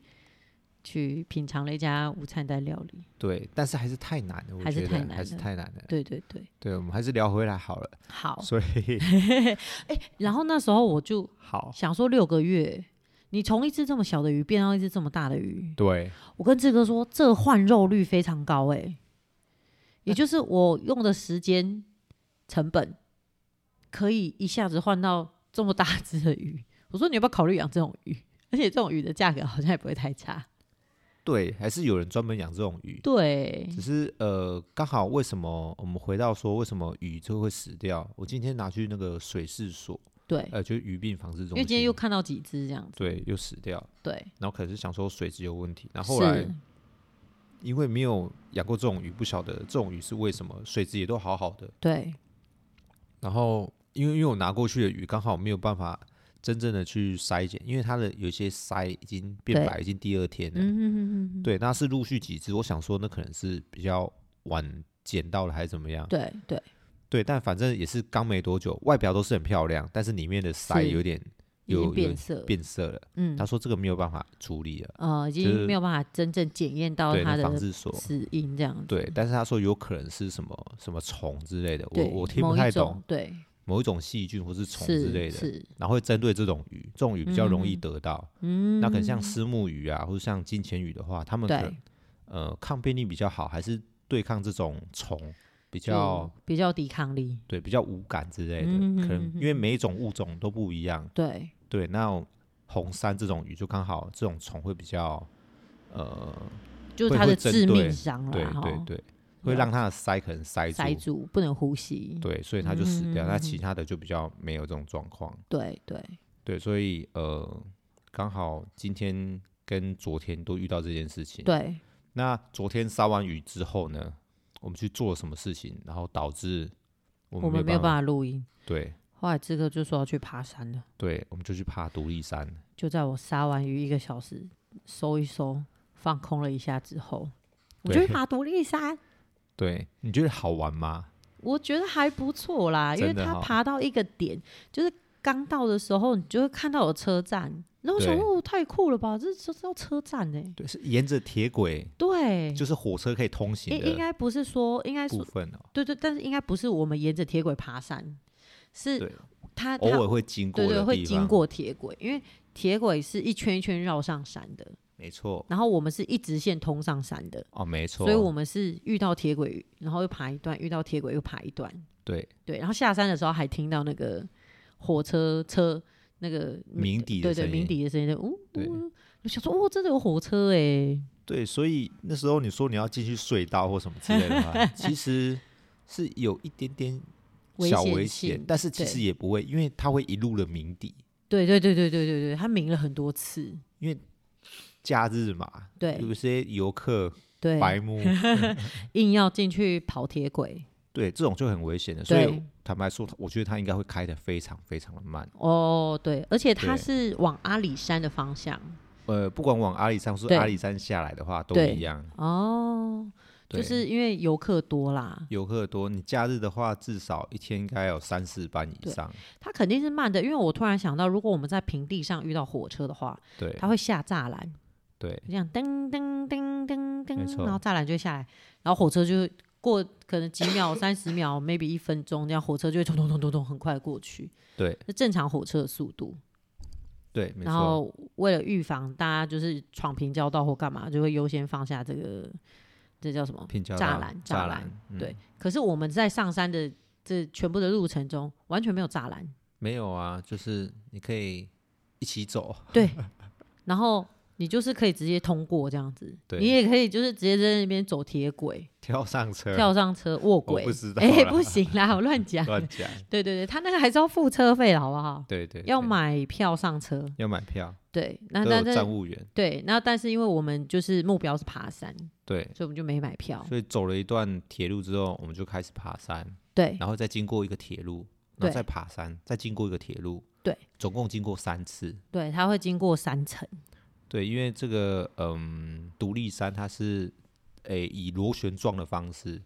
Speaker 2: 去品尝了一家无菜单料理。
Speaker 1: 对，但是还是太难了，我
Speaker 2: 还是
Speaker 1: 觉得
Speaker 2: 太难
Speaker 1: 还是
Speaker 2: 了
Speaker 1: 太难了。
Speaker 2: 对对对，
Speaker 1: 对，我们还是聊回来好了。
Speaker 2: 好。 [LAUGHS]
Speaker 1: 所以 [LAUGHS]
Speaker 2: 然后那时候我就
Speaker 1: 好，
Speaker 2: 想说，六个月，你从一只这么小的鱼变到一只这么大的鱼，
Speaker 1: 对
Speaker 2: 我跟志哥说，这换肉率非常高诶、也就是我用的时间成本可以一下子换到这么大 [LAUGHS] 只的鱼。我说你要不要考虑养这种鱼？而且这种鱼的价格好像也不会太差。
Speaker 1: 对，还是有人专门养这种鱼。
Speaker 2: 对
Speaker 1: 只是呃，刚好为什么我们回到说为什么鱼就会死掉？我今天拿去那个水事所，
Speaker 2: 对，
Speaker 1: 呃，就是鱼病防治中心，
Speaker 2: 哎因为今天又看到几只这样子。
Speaker 1: 对又死掉，
Speaker 2: 对，
Speaker 1: 然后可能是想说水质有问题，然
Speaker 2: 是，
Speaker 1: 后后来因为没有养过这种鱼，不晓得这种鱼是为什么，水质也都好好的，
Speaker 2: 对
Speaker 1: 然后因为因为我拿过去的鱼刚好没有办法真正的去筛检，因为它的有些鳃已经变
Speaker 2: 对
Speaker 1: 白，已经第二天了，
Speaker 2: 嗯哼哼哼哼
Speaker 1: 对，那是陆续几只，我想说那可能是比较晚捡到了还是怎么样，
Speaker 2: 对对
Speaker 1: 对，但反正也是刚没多久，外表都是很漂亮，但是里面的鳃
Speaker 2: 是
Speaker 1: 有点
Speaker 2: 已
Speaker 1: 有有
Speaker 2: 经变色，
Speaker 1: 变色了。
Speaker 2: 嗯
Speaker 1: 他，说这个没有办法处理了，
Speaker 2: 呃，已
Speaker 1: 就是
Speaker 2: 经没有办法真正检验到
Speaker 1: 对，
Speaker 2: 它
Speaker 1: 那防
Speaker 2: 的
Speaker 1: 治所，
Speaker 2: 死因这样子。
Speaker 1: 对，但是他说有可能是什么什么虫之类的，我
Speaker 2: 对，
Speaker 1: 我听
Speaker 2: 某
Speaker 1: 不
Speaker 2: 一
Speaker 1: 太
Speaker 2: 种
Speaker 1: 懂，
Speaker 2: 对，
Speaker 1: 某一种细菌或是虫
Speaker 2: 是
Speaker 1: 之类的，
Speaker 2: 是，
Speaker 1: 然后会针对这种鱼，这种鱼比较容易
Speaker 2: 嗯
Speaker 1: 得到。
Speaker 2: 嗯，
Speaker 1: 那可能像丝木鱼啊，或者像金钱鱼的话，他们可能
Speaker 2: 对
Speaker 1: 呃抗病力比较好，还是对抗这种虫比
Speaker 2: 就
Speaker 1: 较
Speaker 2: 比较抵抗力，
Speaker 1: 对比较无感之类的，
Speaker 2: 嗯哼
Speaker 1: 可能
Speaker 2: 哼哼
Speaker 1: 因为每一种物种都不一样，
Speaker 2: 对
Speaker 1: 对，那红山这种鱼就刚好这种虫会比较，呃，
Speaker 2: 就是
Speaker 1: 会
Speaker 2: 它
Speaker 1: 会
Speaker 2: 的
Speaker 1: 针
Speaker 2: 致
Speaker 1: 对
Speaker 2: 命伤
Speaker 1: 对
Speaker 2: 嗯了
Speaker 1: 对
Speaker 2: 哈，
Speaker 1: 对，会让它的鳃可能塞
Speaker 2: 塞
Speaker 1: 住，
Speaker 2: 住不能呼吸，
Speaker 1: 对，所以它就死掉。
Speaker 2: 嗯
Speaker 1: 那
Speaker 2: 嗯嗯
Speaker 1: 其他的就比较没有这种状况，
Speaker 2: 对对
Speaker 1: 对，所以呃，刚好今天跟昨天都遇到这件事情。
Speaker 2: 对，
Speaker 1: 那昨天杀完鱼之后呢，我们去做了什么事情，然后导致我
Speaker 2: 我
Speaker 1: 们没
Speaker 2: 们没有
Speaker 1: 有
Speaker 2: 办
Speaker 1: 法，
Speaker 2: 法录音，
Speaker 1: 对
Speaker 2: 后来志哥就说要去爬山了，
Speaker 1: 对，我们就去爬独立山，
Speaker 2: 就在我杀完鱼一个小时，收一收，放空了一下之后，我就
Speaker 1: 对
Speaker 2: 去爬独立山。
Speaker 1: 对，你觉得好玩吗？
Speaker 2: 我觉得还不错啦，因为
Speaker 1: 真的
Speaker 2: 他
Speaker 1: 哈
Speaker 2: 爬到一个点，就是刚到的时候，你就会看到有车站，然后我想
Speaker 1: 对
Speaker 2: 说，哦，太酷了吧，这这叫车站呢、
Speaker 1: 对，是沿着铁轨，
Speaker 2: 对，
Speaker 1: 就是火车可以通行
Speaker 2: 应应
Speaker 1: 的
Speaker 2: 该不是说，应该
Speaker 1: 部
Speaker 2: 说，
Speaker 1: 分哦。
Speaker 2: 对对，但是应该不是我们沿着铁轨爬山，是
Speaker 1: 对，
Speaker 2: 它它
Speaker 1: 偶尔会经过
Speaker 2: 对
Speaker 1: 的地
Speaker 2: 对
Speaker 1: 方，
Speaker 2: 会经过铁轨，因为铁轨是一圈一圈绕上山的，
Speaker 1: 没错，
Speaker 2: 然后我们是一直线通上山的，
Speaker 1: 哦，没错，
Speaker 2: 所以我们是遇到铁轨，然后又爬一段，遇到铁轨又爬一段，
Speaker 1: 对
Speaker 2: 对，然后下山的时候还听到那个火车车那个
Speaker 1: 鸣笛的
Speaker 2: 对
Speaker 1: 声音，
Speaker 2: 对鸣笛的声音，就呜
Speaker 1: 对
Speaker 2: 呜，我想说，哇，真的有火车哎、
Speaker 1: 对，所以那时候你说你要进去隧道或什么之类的
Speaker 2: [LAUGHS]
Speaker 1: 话，其实是有一点点
Speaker 2: 危
Speaker 1: 小
Speaker 2: 险
Speaker 1: 危险
Speaker 2: 性，
Speaker 1: 但是其实
Speaker 2: 对
Speaker 1: 也不会，因为它会一路的鸣笛，
Speaker 2: 对对对对对对对，他鸣了很多次，
Speaker 1: 因为假日嘛，
Speaker 2: 对
Speaker 1: 有些游客
Speaker 2: 对，
Speaker 1: 白目，
Speaker 2: 硬要进去跑铁轨，
Speaker 1: [LAUGHS] 对，这种就很危险的，所以
Speaker 2: 对，
Speaker 1: 坦白说，我觉得他应该会开的非常非常的慢。
Speaker 2: 哦对，而且它
Speaker 1: 对
Speaker 2: 是往阿里山的方向，
Speaker 1: 呃，不管往阿里山或是
Speaker 2: 对
Speaker 1: 阿里山下来的话，都
Speaker 2: 对
Speaker 1: 一样。
Speaker 2: 哦，
Speaker 1: 对
Speaker 2: 就是因为游客多啦，
Speaker 1: 游客多，你假日的话，至少一天应该有三四班以
Speaker 2: 对
Speaker 1: 上。
Speaker 2: 它肯定是慢的，因为我突然想到，如果我们在平地上遇到火车的话，
Speaker 1: 对
Speaker 2: 它会下栅栏，
Speaker 1: 对
Speaker 2: 这样噔噔噔噔
Speaker 1: 没错
Speaker 2: 噔，然后栅栏就会下来，然后火车就过可能几
Speaker 1: [LAUGHS]
Speaker 2: 秒、三十秒，maybe 一分钟，这样火车就会咚咚咚咚咚很快地过去，
Speaker 1: 对
Speaker 2: 是正常火车的速度。
Speaker 1: 对，没
Speaker 2: 然
Speaker 1: 错，
Speaker 2: 后为了预防大家就是闯平交道或干嘛，就会优先放下这个这叫什么？
Speaker 1: 平交
Speaker 2: 栅
Speaker 1: 道
Speaker 2: 栏
Speaker 1: 栅
Speaker 2: 栅
Speaker 1: 栏
Speaker 2: 栏，
Speaker 1: 嗯
Speaker 2: 对，可是我们在上山的这全部的路程中完全没有
Speaker 1: [LAUGHS]
Speaker 2: 栅栏，
Speaker 1: 没有啊，就是你可以一起走，
Speaker 2: 对，然后你就是可以直接通过这样子，
Speaker 1: 对
Speaker 2: 你也可以就是直接在那边走铁轨、
Speaker 1: 跳上车，
Speaker 2: 跳上车、卧轨，
Speaker 1: 不知道
Speaker 2: 哎、
Speaker 1: 啦
Speaker 2: 不行
Speaker 1: [LAUGHS]
Speaker 2: 啦，我乱讲。
Speaker 1: 乱讲，
Speaker 2: 对对对，他那个还是要付车费的好不好？
Speaker 1: 对对，
Speaker 2: 要
Speaker 1: 对
Speaker 2: 买票上车，
Speaker 1: 要买票，
Speaker 2: 对，那
Speaker 1: 都
Speaker 2: 那
Speaker 1: 有站
Speaker 2: 那
Speaker 1: 务员，
Speaker 2: 对，那但是因为我们就是目标是爬山，
Speaker 1: 对，
Speaker 2: 所以我们就没买票。
Speaker 1: 所以走了一段铁路之后，我们就开始爬山，
Speaker 2: 对
Speaker 1: 然后再经过一个铁路，然
Speaker 2: 对
Speaker 1: 后再爬山，再经过一个铁路，
Speaker 2: 对，
Speaker 1: 总共经过三次。
Speaker 2: 对，它会经过山城，
Speaker 1: 对，因为这个嗯，独立山它是诶、以螺旋状的方式，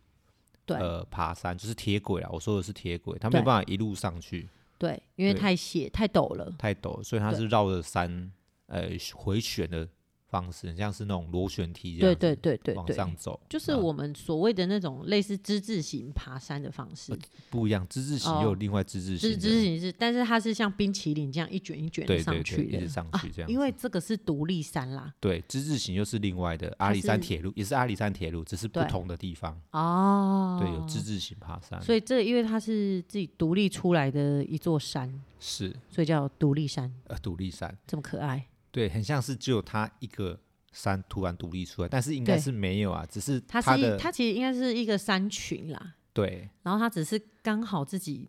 Speaker 2: 对
Speaker 1: 呃，爬山就是铁轨啊，我说的是铁轨，它没有
Speaker 2: 对
Speaker 1: 办法一路上去，
Speaker 2: 对，因为
Speaker 1: 对
Speaker 2: 太斜太陡了，
Speaker 1: 太陡了，所以它
Speaker 2: 对
Speaker 1: 是绕着山呃回旋的方式，很像是那种螺旋梯这
Speaker 2: 对
Speaker 1: 样子
Speaker 2: 对对对
Speaker 1: 往
Speaker 2: 对
Speaker 1: 上，走，
Speaker 2: 就是
Speaker 1: 啊
Speaker 2: 我们所谓的那种类似之字形爬山的方式，
Speaker 1: 不一样，之字形又有
Speaker 2: 哦
Speaker 1: 另外哦之字形
Speaker 2: 之
Speaker 1: 的，
Speaker 2: 之字形是，但是它是像冰淇淋这样一卷一卷的
Speaker 1: 对
Speaker 2: 上
Speaker 1: 对对，
Speaker 2: 去
Speaker 1: 一
Speaker 2: 的啊
Speaker 1: 直，上去这样子，
Speaker 2: 因为这个是独立山啦，
Speaker 1: 对，之字形又是另外的阿
Speaker 2: 它
Speaker 1: 里山
Speaker 2: 是
Speaker 1: 铁路，也是阿里山铁路，只是不
Speaker 2: 对
Speaker 1: 同的地方。
Speaker 2: 哦，
Speaker 1: 对，有之字形爬山，
Speaker 2: 所
Speaker 1: 以
Speaker 2: 以这因为它是自己独立出来的一座山，
Speaker 1: 是
Speaker 2: 所以叫独立山，
Speaker 1: 呃独立山，
Speaker 2: 这么可爱，
Speaker 1: 对，很像是只有它一个山突然独立出来，但是应该
Speaker 2: 对
Speaker 1: 是没有啊，只是
Speaker 2: 它
Speaker 1: 它
Speaker 2: 是一
Speaker 1: 的
Speaker 2: 它其实应该是一个山群啦，
Speaker 1: 对
Speaker 2: 然后它只是刚好自己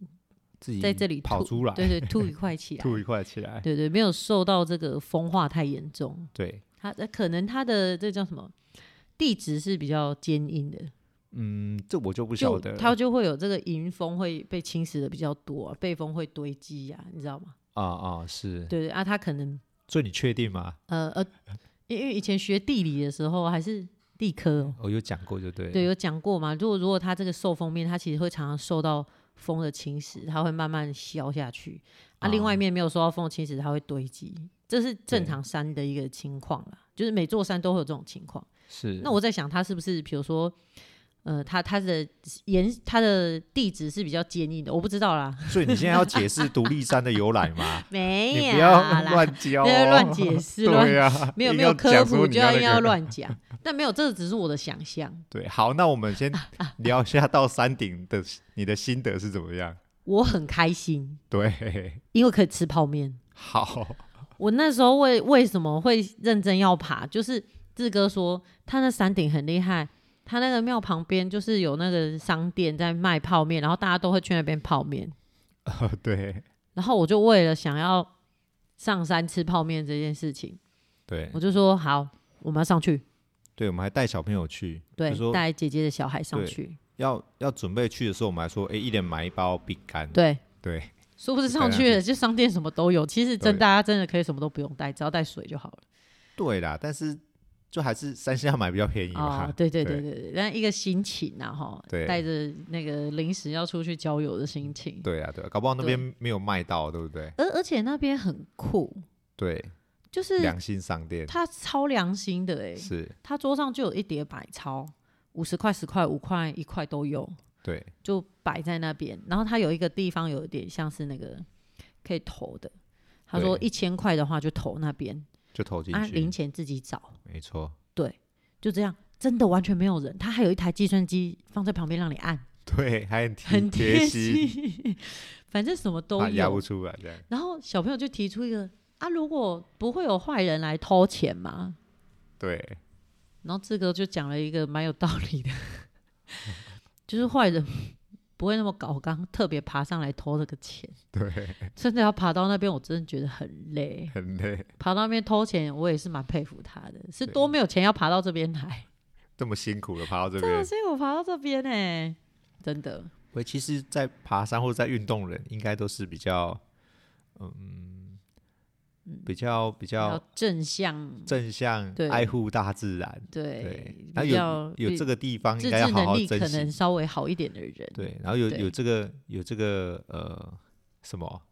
Speaker 1: 自己
Speaker 2: 在这里
Speaker 1: 跑
Speaker 2: 吐
Speaker 1: 出来，
Speaker 2: 对对凸一块
Speaker 1: [LAUGHS]
Speaker 2: 起来，
Speaker 1: 吐一块起来，
Speaker 2: 对对，没有受到这个风化太严重。
Speaker 1: 对，
Speaker 2: 它呃可能它的这叫什么地质是比较坚硬的，
Speaker 1: 嗯，这我就不晓
Speaker 2: 就
Speaker 1: 得了，
Speaker 2: 它就会有这个迎风会被侵蚀的比较多、啊，背风会堆积呀、你知道吗？
Speaker 1: 啊啊是，
Speaker 2: 对对啊，它可能
Speaker 1: 所以你确定吗？
Speaker 2: 呃
Speaker 1: [LAUGHS]
Speaker 2: 呃，因因为以前学地理的时候还是地科、哦，
Speaker 1: 我有讲过就对了，
Speaker 2: 对，有讲过嘛。如果如果它这个受风面，它其实会常常受到风的侵蚀，它会慢慢消下去。啊，另外一面没有受到风的侵蚀，它会堆积，这是正
Speaker 1: 哦对
Speaker 2: 常山的一个情况啦。就是每座山都会有这种情况。
Speaker 1: 是，
Speaker 2: 那我在想，它是不是比如说，呃，它它的岩它的地质是比较坚硬的，我不知道啦，？
Speaker 1: 所以你现在要解释独立山的由来吗
Speaker 2: [LAUGHS] 没
Speaker 1: 你
Speaker 2: 有
Speaker 1: 不要
Speaker 2: 啦， [LAUGHS]
Speaker 1: 乱教
Speaker 2: 不要
Speaker 1: 哦，
Speaker 2: 乱解释
Speaker 1: [LAUGHS]
Speaker 2: 乱
Speaker 1: 对呀，
Speaker 2: 没有
Speaker 1: 硬
Speaker 2: 没
Speaker 1: 要
Speaker 2: 有科
Speaker 1: 讲出
Speaker 2: 普
Speaker 1: 你
Speaker 2: 就要
Speaker 1: 那
Speaker 2: 硬要
Speaker 1: 个
Speaker 2: 乱
Speaker 1: [LAUGHS]
Speaker 2: 讲，但没有，这只是我的想象。
Speaker 1: 对，好，那我们先
Speaker 2: [LAUGHS]
Speaker 1: 聊一下到山顶的你的心得是怎么样？
Speaker 2: 我很开心，
Speaker 1: 对，
Speaker 2: 因为可以吃泡面。
Speaker 1: 好， [LAUGHS]
Speaker 2: 我那时候为为什么会认真要爬，就是志哥说他那山顶很厉害，他那个庙旁边就是有那个商店在卖泡面，然后大家都会去那边泡面。
Speaker 1: 呃，对
Speaker 2: 然后我就为了想要上山吃泡面这件事情，
Speaker 1: 对
Speaker 2: 我就说好，我们要上去，
Speaker 1: 对，我们还带小朋友去，
Speaker 2: 对
Speaker 1: 就，说
Speaker 2: 带姐姐的小孩上
Speaker 1: 对
Speaker 2: 去，
Speaker 1: 要要准备去的时候，我们还说，哎，一人买一包饼干，
Speaker 2: 对，
Speaker 1: 对
Speaker 2: 殊不知上去了，就商店什么都有。其实真
Speaker 1: 啊对
Speaker 2: 大家真的可以什么都不用带，只要带水就好了。
Speaker 1: 对啦，但是就还是山下买比较便宜嘛
Speaker 2: 哦，，
Speaker 1: [LAUGHS]
Speaker 2: 对对
Speaker 1: 对
Speaker 2: 对对对，但一个心情啊，哈，
Speaker 1: 对
Speaker 2: 带着那个临时要出去郊游的心情。
Speaker 1: 对啊，对啊，搞不好那
Speaker 2: 对
Speaker 1: 边没有卖到，对不对？
Speaker 2: 而而且那边很酷，
Speaker 1: 对，
Speaker 2: 就是
Speaker 1: 良心商店
Speaker 2: 它超良心的哎、欸，
Speaker 1: 是，
Speaker 2: 它桌上就有一叠百超，五十块、十块、五块、一块都有，
Speaker 1: 对
Speaker 2: 就摆在那边。然后它有一个地方有一点像是那个可以投的，他说
Speaker 1: 对
Speaker 2: 一千块的话就投那边，
Speaker 1: 就投进
Speaker 2: 啊，零
Speaker 1: 去，
Speaker 2: 钱自己找。
Speaker 1: 没错，
Speaker 2: 就这样，真的完全没有人。他还有一台计算机放在旁边让你按，
Speaker 1: 对，还很
Speaker 2: 很
Speaker 1: 贴
Speaker 2: 贴
Speaker 1: 心，
Speaker 2: 心， [LAUGHS] 反正什么都
Speaker 1: 怕压不
Speaker 2: 有。
Speaker 1: 出来这样，
Speaker 2: 然后小朋友就提出一个啊，如果不会有坏人来偷钱嘛，
Speaker 1: 对
Speaker 2: 然后志哥就讲了一个蛮有道理的， [LAUGHS] 就是坏人不会那么搞刚，特别爬上来偷这个钱。
Speaker 1: [LAUGHS] 对，
Speaker 2: 真的要爬到那边，我真的觉得很累。
Speaker 1: 很累。
Speaker 2: 爬到那边偷钱，我也是蛮佩服他的，是
Speaker 1: 对
Speaker 2: 多没有钱要爬到这边来，
Speaker 1: 这么辛苦的爬到这
Speaker 2: 这么
Speaker 1: 边。
Speaker 2: 辛苦爬到这边呢、欸真的。
Speaker 1: 喂，其实，在爬山或者在运动人，应该都是比较，嗯，比较比
Speaker 2: 要
Speaker 1: 较
Speaker 2: 正向，
Speaker 1: 正向
Speaker 2: 对，
Speaker 1: 爱护大自然。
Speaker 2: 对
Speaker 1: 对，，那
Speaker 2: 比较
Speaker 1: 有有这
Speaker 2: 个
Speaker 1: 个地方，
Speaker 2: 自
Speaker 1: 应该要
Speaker 2: 制
Speaker 1: 好
Speaker 2: 能
Speaker 1: 好
Speaker 2: 力可
Speaker 1: 珍
Speaker 2: 能
Speaker 1: 惜。
Speaker 2: 稍微好一点的人，，
Speaker 1: 对，然后有
Speaker 2: 对
Speaker 1: 有这个有这个呃什么？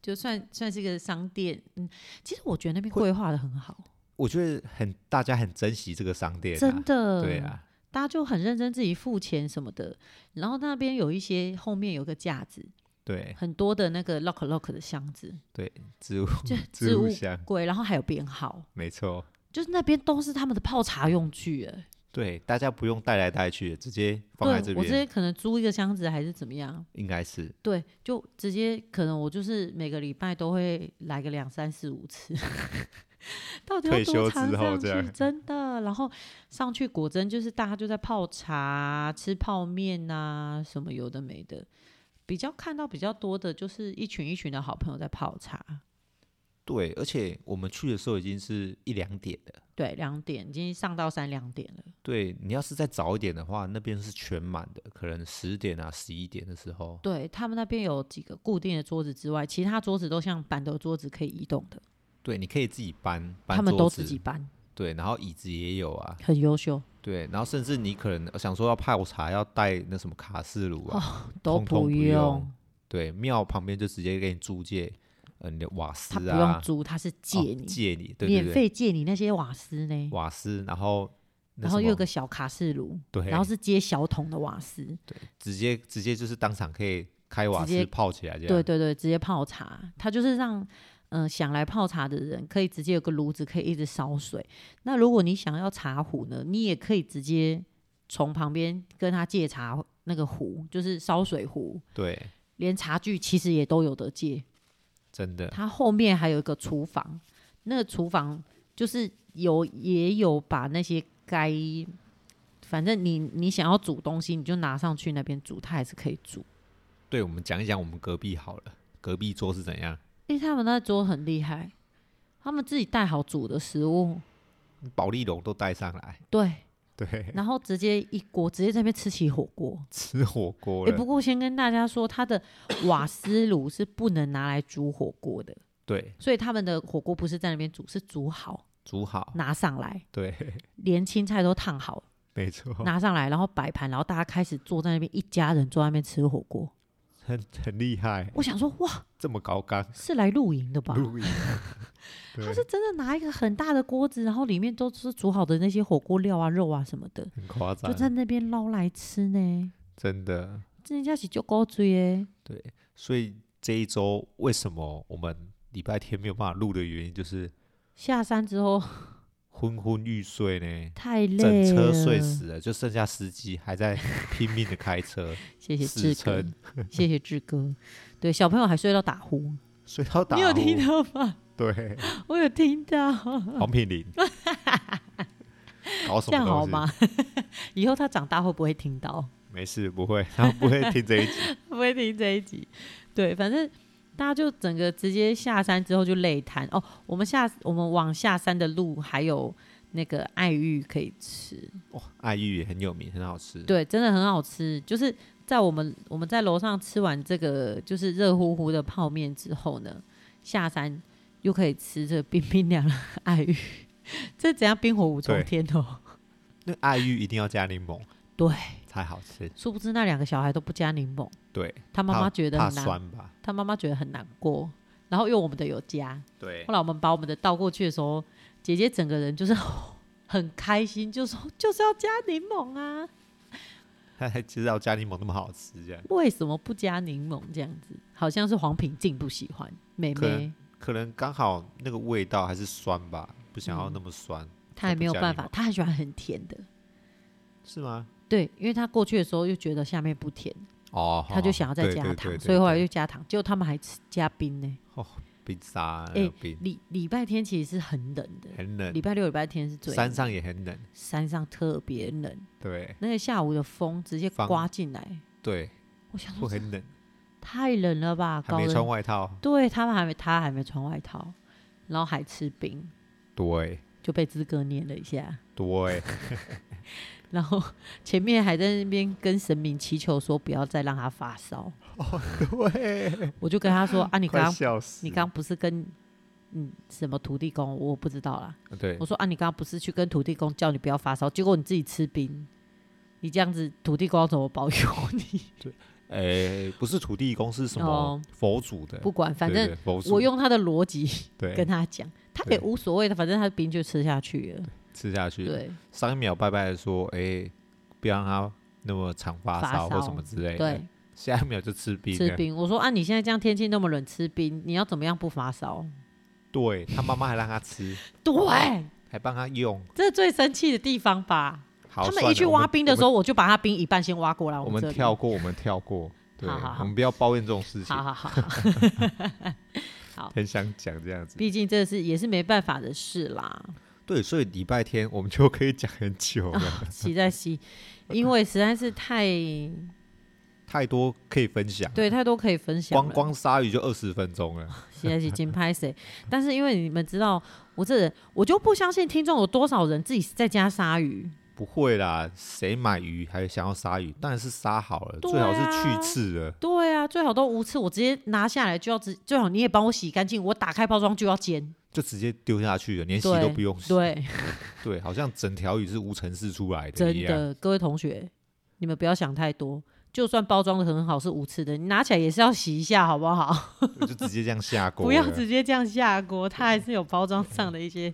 Speaker 2: 就算算是一个商店，嗯，其实我觉得那边规划的很好，
Speaker 1: 我觉得很大家很珍惜这个商店、啊，
Speaker 2: 真的，
Speaker 1: 对，啊，
Speaker 2: 大家就很认真自己付钱什么的，然后那边有一些后面有个架子，
Speaker 1: 对
Speaker 2: 很多的那个 lock lock 的箱子，
Speaker 1: 植物
Speaker 2: 就
Speaker 1: 植
Speaker 2: 置
Speaker 1: 物
Speaker 2: 物
Speaker 1: 箱，
Speaker 2: 柜，然后还有编号，
Speaker 1: 没错，
Speaker 2: 就是那边都是他们的泡茶用具，哎，
Speaker 1: 对，大家不用带来带去，直接放在这
Speaker 2: 对我之
Speaker 1: 边，
Speaker 2: 前可能租一个箱子还是怎么样，
Speaker 1: 应该是
Speaker 2: 对，就直接可能我就是每个礼拜都会来个两三四五次， [LAUGHS] 到底
Speaker 3: 退
Speaker 2: 要
Speaker 3: 休
Speaker 2: 多长
Speaker 3: 之后
Speaker 2: 上
Speaker 3: 这样
Speaker 2: 去？真的，然后上去果真就是大家就在泡茶、吃泡面呐、什么有的没的。比较看到比较多的就是一群一群的好朋友在泡茶，
Speaker 1: 对，而且我们去的时候已经是一两点了。
Speaker 2: 对，两点已经上到三两点了。
Speaker 1: 对你要是再早一点的话，那边是全满的，可能十点啊、十一点的时候。
Speaker 2: 对他们那边有几个固定的桌子之外，其他桌子都像板凳桌子可以移动的，
Speaker 1: 对，你可以自己搬搬
Speaker 2: 他们
Speaker 1: 桌
Speaker 2: 都
Speaker 1: 子
Speaker 2: 自己搬，
Speaker 1: 对，然后椅子也有啊，
Speaker 2: 很优秀，
Speaker 1: 对，然后甚至你可能想说要泡茶，要带那什么卡式炉啊，
Speaker 2: 都
Speaker 1: 通通不
Speaker 2: 用，
Speaker 1: 用对，庙旁边就直接给你租借，呃，你的瓦斯
Speaker 2: 他不
Speaker 1: 啊
Speaker 2: 用，租，他是借
Speaker 1: 哦
Speaker 2: 你，
Speaker 1: 借你，对对
Speaker 2: 免
Speaker 1: 对，
Speaker 2: 费借你那些瓦斯呢，
Speaker 1: 瓦斯，然后那
Speaker 2: 然后
Speaker 1: 什
Speaker 2: 又有
Speaker 1: 么
Speaker 2: 个小卡式炉，
Speaker 1: 对，
Speaker 2: 然后是接小桶的瓦斯，
Speaker 1: 直接直接就是当场可以开瓦
Speaker 2: 直接
Speaker 1: 斯泡起来这样，
Speaker 2: 对对对，直接泡茶，他就是让。嗯，想来泡茶的人可以直接有个炉子，可以一直烧水。那如果你想要茶壶呢，你也可以直接从旁边跟他借茶那个壶，就是烧水壶，
Speaker 1: 对，
Speaker 2: 连茶具其实也都有得借。
Speaker 1: 真的，
Speaker 2: 它后面还有一个厨房，那个厨房就是有也有把那些该，反正你你想要煮东西，你就拿上去那边煮，它还是可以煮。
Speaker 1: 对我们讲一讲我们隔壁好了，隔壁桌是怎样？
Speaker 2: 因为他们那桌很厉害，他们自己带好煮的食物，
Speaker 1: 保利龙都带上来，
Speaker 2: [LAUGHS] 对，
Speaker 3: 对，
Speaker 2: 然后直接一锅直接在那边吃起火锅。
Speaker 1: [LAUGHS] 吃火锅
Speaker 2: 哎、
Speaker 1: 了，
Speaker 2: 不过先跟大家说，它的瓦斯炉是不能拿来煮火锅的，
Speaker 1: 对，
Speaker 2: 所以他们的火锅不是在那边煮，是煮好
Speaker 1: 煮好，
Speaker 2: 拿上来，
Speaker 1: 对，
Speaker 2: [LAUGHS] 连青菜都烫好，
Speaker 1: 没错，
Speaker 2: 拿上来，然后摆盘，然后大家开始坐在那边，一家人坐在那边吃火锅。
Speaker 1: 很很厉害，
Speaker 2: 我想说，哇，
Speaker 1: 这么高
Speaker 2: [LAUGHS]
Speaker 1: 干，
Speaker 2: 是来露营的吧？
Speaker 1: 录
Speaker 2: [LAUGHS]
Speaker 1: 影，
Speaker 2: 他是真的拿一个很大的锅子，然后里面都是煮好的那些火锅料啊、肉啊什么的，
Speaker 1: 很夸张
Speaker 2: 就，在那边捞来吃呢。
Speaker 1: 真的。
Speaker 2: 这人家是就高追耶，
Speaker 1: 所以这一周为什么我们礼拜天没有办法录的原因，就是
Speaker 2: 下山之后
Speaker 1: 昏昏欲睡呢，
Speaker 2: 太
Speaker 1: 整
Speaker 2: 累了，
Speaker 1: 车睡死了，就剩下司机还在 [LAUGHS] 拼命的开
Speaker 2: [LAUGHS]
Speaker 1: 车，
Speaker 2: 谢谢
Speaker 1: 死
Speaker 2: 志哥
Speaker 1: 撑，
Speaker 2: 谢谢志哥。对，小朋友还睡到打呼，
Speaker 1: [LAUGHS] 睡到打
Speaker 2: 你有
Speaker 1: 呼
Speaker 2: 听？到吗？
Speaker 1: 对，
Speaker 2: 我有听到，
Speaker 1: 黄品
Speaker 2: [LAUGHS]
Speaker 1: 玲搞什
Speaker 2: 这
Speaker 1: 么
Speaker 2: 样好
Speaker 1: 东西？
Speaker 2: 吗？ [LAUGHS] 以后他长大会不会听到？
Speaker 1: 没事，不会， [LAUGHS] 他不会听这一集。 [LAUGHS]
Speaker 2: [LAUGHS] 不会听这一集。对，反正大家就整个直接下山之后就累瘫哦。我们下我们往下山的路还有那个爱玉可以吃，
Speaker 1: 哇、爱玉也很有名，很好吃。
Speaker 2: 对，真的很好吃。就是在我们我们在楼上吃完这个就是热乎乎的泡面之后呢，下山又可以吃这个冰冰凉凉的爱玉， [LAUGHS] 这怎样冰火五重
Speaker 1: 对
Speaker 2: 天哦？
Speaker 1: 那爱玉一定要加柠檬，
Speaker 2: 对，
Speaker 1: 才好吃。
Speaker 2: 殊不知那两个小孩都不加柠檬，
Speaker 1: 对，
Speaker 2: 他妈妈觉得
Speaker 1: 怕
Speaker 2: 很难，
Speaker 1: 酸吧？
Speaker 2: 他妈妈觉得很难过，然后因为我们的有加。
Speaker 1: 对
Speaker 2: 后，来我们把我们的倒过去的时候，姐姐整个人就是 [LAUGHS] 很开心，就说就是要加柠檬啊，
Speaker 1: 他才知道加柠檬那么好吃，这样
Speaker 2: 为什么不加柠檬这样子？好像是黄品静不喜欢妹
Speaker 1: 可
Speaker 2: 妹
Speaker 1: 能，可能刚好那个味道还是酸吧，不想
Speaker 2: 嗯
Speaker 1: 要那么酸，
Speaker 2: 她也没有
Speaker 1: 不加
Speaker 2: 办
Speaker 1: 柠
Speaker 2: 法
Speaker 1: 檬，
Speaker 2: 她很喜欢很甜的。
Speaker 1: 是吗？
Speaker 2: 对，因为她过去的时候又觉得下面不甜，
Speaker 1: 哦，
Speaker 2: 她就想要再
Speaker 1: 对
Speaker 2: 加
Speaker 1: 对
Speaker 2: 糖，
Speaker 1: 对对
Speaker 2: 所以后来
Speaker 1: 对
Speaker 2: 就加糖。结果他们还吃加冰呢。
Speaker 1: 冰沙
Speaker 2: 哎
Speaker 1: 冰
Speaker 2: 礼礼拜天其实是很冷的，
Speaker 1: 很
Speaker 2: 礼
Speaker 1: 冷，
Speaker 2: 拜六、礼拜天是最
Speaker 1: 山
Speaker 2: 冷
Speaker 1: 上也很冷，
Speaker 2: 山上特别冷，
Speaker 1: 对
Speaker 2: 那个下午的风直接
Speaker 1: 风
Speaker 2: 刮进来，
Speaker 1: 对，
Speaker 2: 我想
Speaker 1: 会
Speaker 2: 说
Speaker 1: 很冷，
Speaker 2: 太冷了吧，
Speaker 1: 还
Speaker 2: 搞
Speaker 1: 没
Speaker 2: 得
Speaker 1: 穿外套，
Speaker 2: 对他们还没，他还没穿外套，然后还吃冰，
Speaker 1: 对
Speaker 2: 就被资格念了一下。
Speaker 1: 对，
Speaker 2: 然后 [LAUGHS] 前面还在那边跟神明祈求说不要再让他发烧，
Speaker 1: [LAUGHS] 对，
Speaker 2: 我就跟他说啊，你
Speaker 1: 快
Speaker 2: 刚
Speaker 1: 笑死，
Speaker 2: 你刚不是跟嗯什么土地公，我不知道啦。
Speaker 1: 对
Speaker 2: 我说啊，你刚刚不是去跟土地公叫你不要发烧，结果你自己吃冰，你这样子土地公要怎么保佑你？ [LAUGHS]
Speaker 1: 哎，不是土地公是什么
Speaker 2: 哦
Speaker 1: 佛祖的，
Speaker 2: 不管，反
Speaker 1: 对
Speaker 2: 正
Speaker 1: 对佛祖
Speaker 2: 我用他的逻辑跟
Speaker 1: 对
Speaker 2: 他讲，他也无所谓的，反正他冰就吃下去了。
Speaker 1: 吃下去，
Speaker 2: 对，
Speaker 1: 三秒拜拜的说，哎、不要让他那么常发
Speaker 2: 发
Speaker 1: 烧或
Speaker 2: 烧
Speaker 1: 什么之类的。
Speaker 2: 对，
Speaker 1: 下一秒就吃冰
Speaker 2: 吃
Speaker 1: 了。
Speaker 2: 冰。我说啊，你现在这样天气那么冷，吃冰，你要怎么样不发烧？
Speaker 1: 对他妈妈还让他吃，
Speaker 2: 对，
Speaker 1: 还帮他用。
Speaker 2: 这是最生气的地方吧？
Speaker 1: 好，
Speaker 2: 他们
Speaker 1: 算
Speaker 2: 一
Speaker 1: 了
Speaker 2: 去
Speaker 1: 我们
Speaker 2: 挖冰的时
Speaker 1: 我
Speaker 2: 候，我就把他冰一半先挖过来。
Speaker 1: 们，我
Speaker 2: 们这
Speaker 1: 们
Speaker 2: 里 [LAUGHS]
Speaker 1: 跳，过，我们跳过。对，
Speaker 2: 好好好
Speaker 1: 我们不要抱怨这种事情
Speaker 2: 好。好好。好
Speaker 1: 很想讲这样子。
Speaker 2: 毕竟这是也是没办法的事
Speaker 1: [LAUGHS]
Speaker 2: 啦。
Speaker 1: 对，所以礼拜天我们就可以讲很久
Speaker 2: [LAUGHS]
Speaker 1: 了，
Speaker 2: 期待西，因为实在是太
Speaker 1: 太多可以分享。
Speaker 2: 对太多可以分享
Speaker 1: 光
Speaker 2: 了，
Speaker 1: 光鲨鱼就二十分钟了，
Speaker 2: 实在是金拍谁？但是因为你们知道，我这人我就不相信听众有多少人自己在家杀鱼，
Speaker 1: 不会啦，谁买鱼还想要鲨鱼？当然是杀好了，
Speaker 2: 对
Speaker 1: 最好
Speaker 2: 啊
Speaker 1: 是去刺的。
Speaker 2: 对啊，最好都无刺，我直接拿下来就要直，最好你也帮我洗干净，我打开包装就要煎。
Speaker 1: 就直接丢下去了，连洗
Speaker 2: 对
Speaker 1: 都不用洗。
Speaker 2: 对，
Speaker 1: 对好像整条鱼是无尘室出来的一
Speaker 2: 真
Speaker 1: 样。
Speaker 2: 的，各位同学，你们不要想太多，就算包装的很好是无刺的，你拿起来也是要洗一下，好
Speaker 1: [LAUGHS]
Speaker 2: 不好？ [LAUGHS]
Speaker 1: 就直接这样下锅了。
Speaker 2: 不要直接这样下锅，它还是有包装上的一些，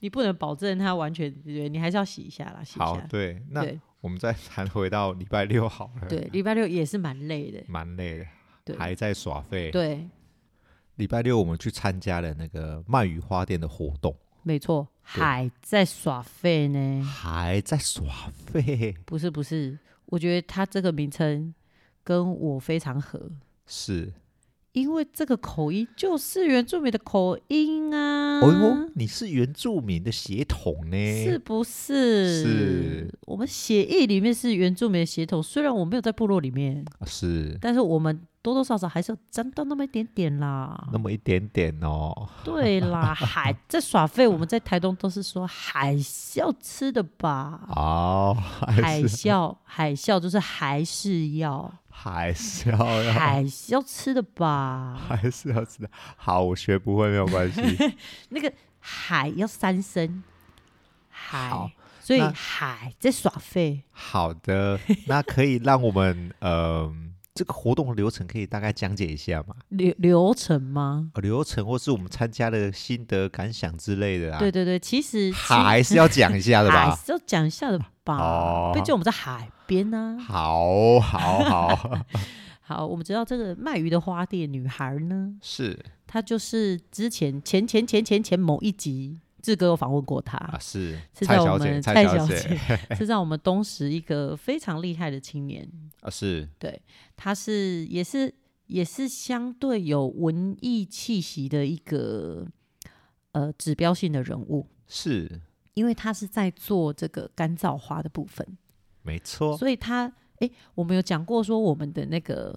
Speaker 2: 你不能保证它完全，对你还是要洗一下啦，洗一
Speaker 1: 好，
Speaker 2: 下。
Speaker 1: 对，那呃
Speaker 2: 对
Speaker 1: 我们再谈回到礼拜六好了。
Speaker 2: 对，礼拜六也是蛮累的，
Speaker 1: 蛮累的，
Speaker 2: 对
Speaker 1: 还在耍废。
Speaker 2: 对，
Speaker 1: 礼拜六我们去参加了那个鳗鱼花店的活动，
Speaker 2: 没错，
Speaker 1: 对
Speaker 2: 还在耍废呢。
Speaker 1: 还在耍废。
Speaker 2: 不是不是，我觉得它这个名称跟我非常合，
Speaker 1: 是，
Speaker 2: 因为这个口音就是原住民的口音啊。
Speaker 1: 哦呦，你是原住民的血统呢？
Speaker 2: 是，不是？
Speaker 1: 是
Speaker 2: 我们协议里面是原住民的协同，虽然我没有在部落里面，
Speaker 1: 啊是
Speaker 2: 但是我们多多少少还是有沾到那么一点点啦。
Speaker 1: [LAUGHS] 那么一点点哦。
Speaker 2: 对啦，还在耍废。我们在台东都是说海啸吃的吧？
Speaker 1: 好，还
Speaker 2: 海
Speaker 1: 是 [LAUGHS]
Speaker 2: 啸，海啸就是还是要
Speaker 1: 还是哦要 [LAUGHS] 要
Speaker 2: 海啸吃的吧？
Speaker 1: 还是要知道。好，我学不会没有关
Speaker 2: [LAUGHS]
Speaker 1: 系。
Speaker 2: 那个海要三声，
Speaker 1: 好
Speaker 2: 海，所以
Speaker 1: 那
Speaker 2: 海在耍废。
Speaker 1: 好的，那可以让我们呃，这个活动的流程可以大概讲解一下吗？
Speaker 2: 流流程吗？
Speaker 1: 呃流程或是我们参加的心得感想之类的啊。
Speaker 2: 对，对对，其实其
Speaker 1: [LAUGHS] 还是要讲一下的
Speaker 2: 海
Speaker 1: 吧。
Speaker 2: 是要讲一下的吧
Speaker 1: 哦，
Speaker 2: 毕竟我们在海边
Speaker 1: [LAUGHS]
Speaker 2: 呢、
Speaker 1: 好好好， [LAUGHS]
Speaker 2: 好，我们知道这个卖鱼的花店女孩呢，
Speaker 1: 是
Speaker 2: 她就是之前前前前前前某一集志哥有访问过她，
Speaker 1: 啊，是
Speaker 2: 是
Speaker 1: 蔡
Speaker 2: 在
Speaker 1: 小
Speaker 2: 我
Speaker 1: 姐，
Speaker 2: 们
Speaker 1: 蔡
Speaker 2: 小
Speaker 1: 姐
Speaker 2: [LAUGHS]
Speaker 1: [LAUGHS]
Speaker 2: 是在我们东石一个非常厉害的青年，
Speaker 1: 啊，是
Speaker 2: 她是也是也是相对有文艺气息的一个呃指标性的人物，
Speaker 1: 是
Speaker 2: 因为她是在做这个干燥花的部分，
Speaker 1: 没错，
Speaker 2: 所以她诶，我们有讲过说我们的那个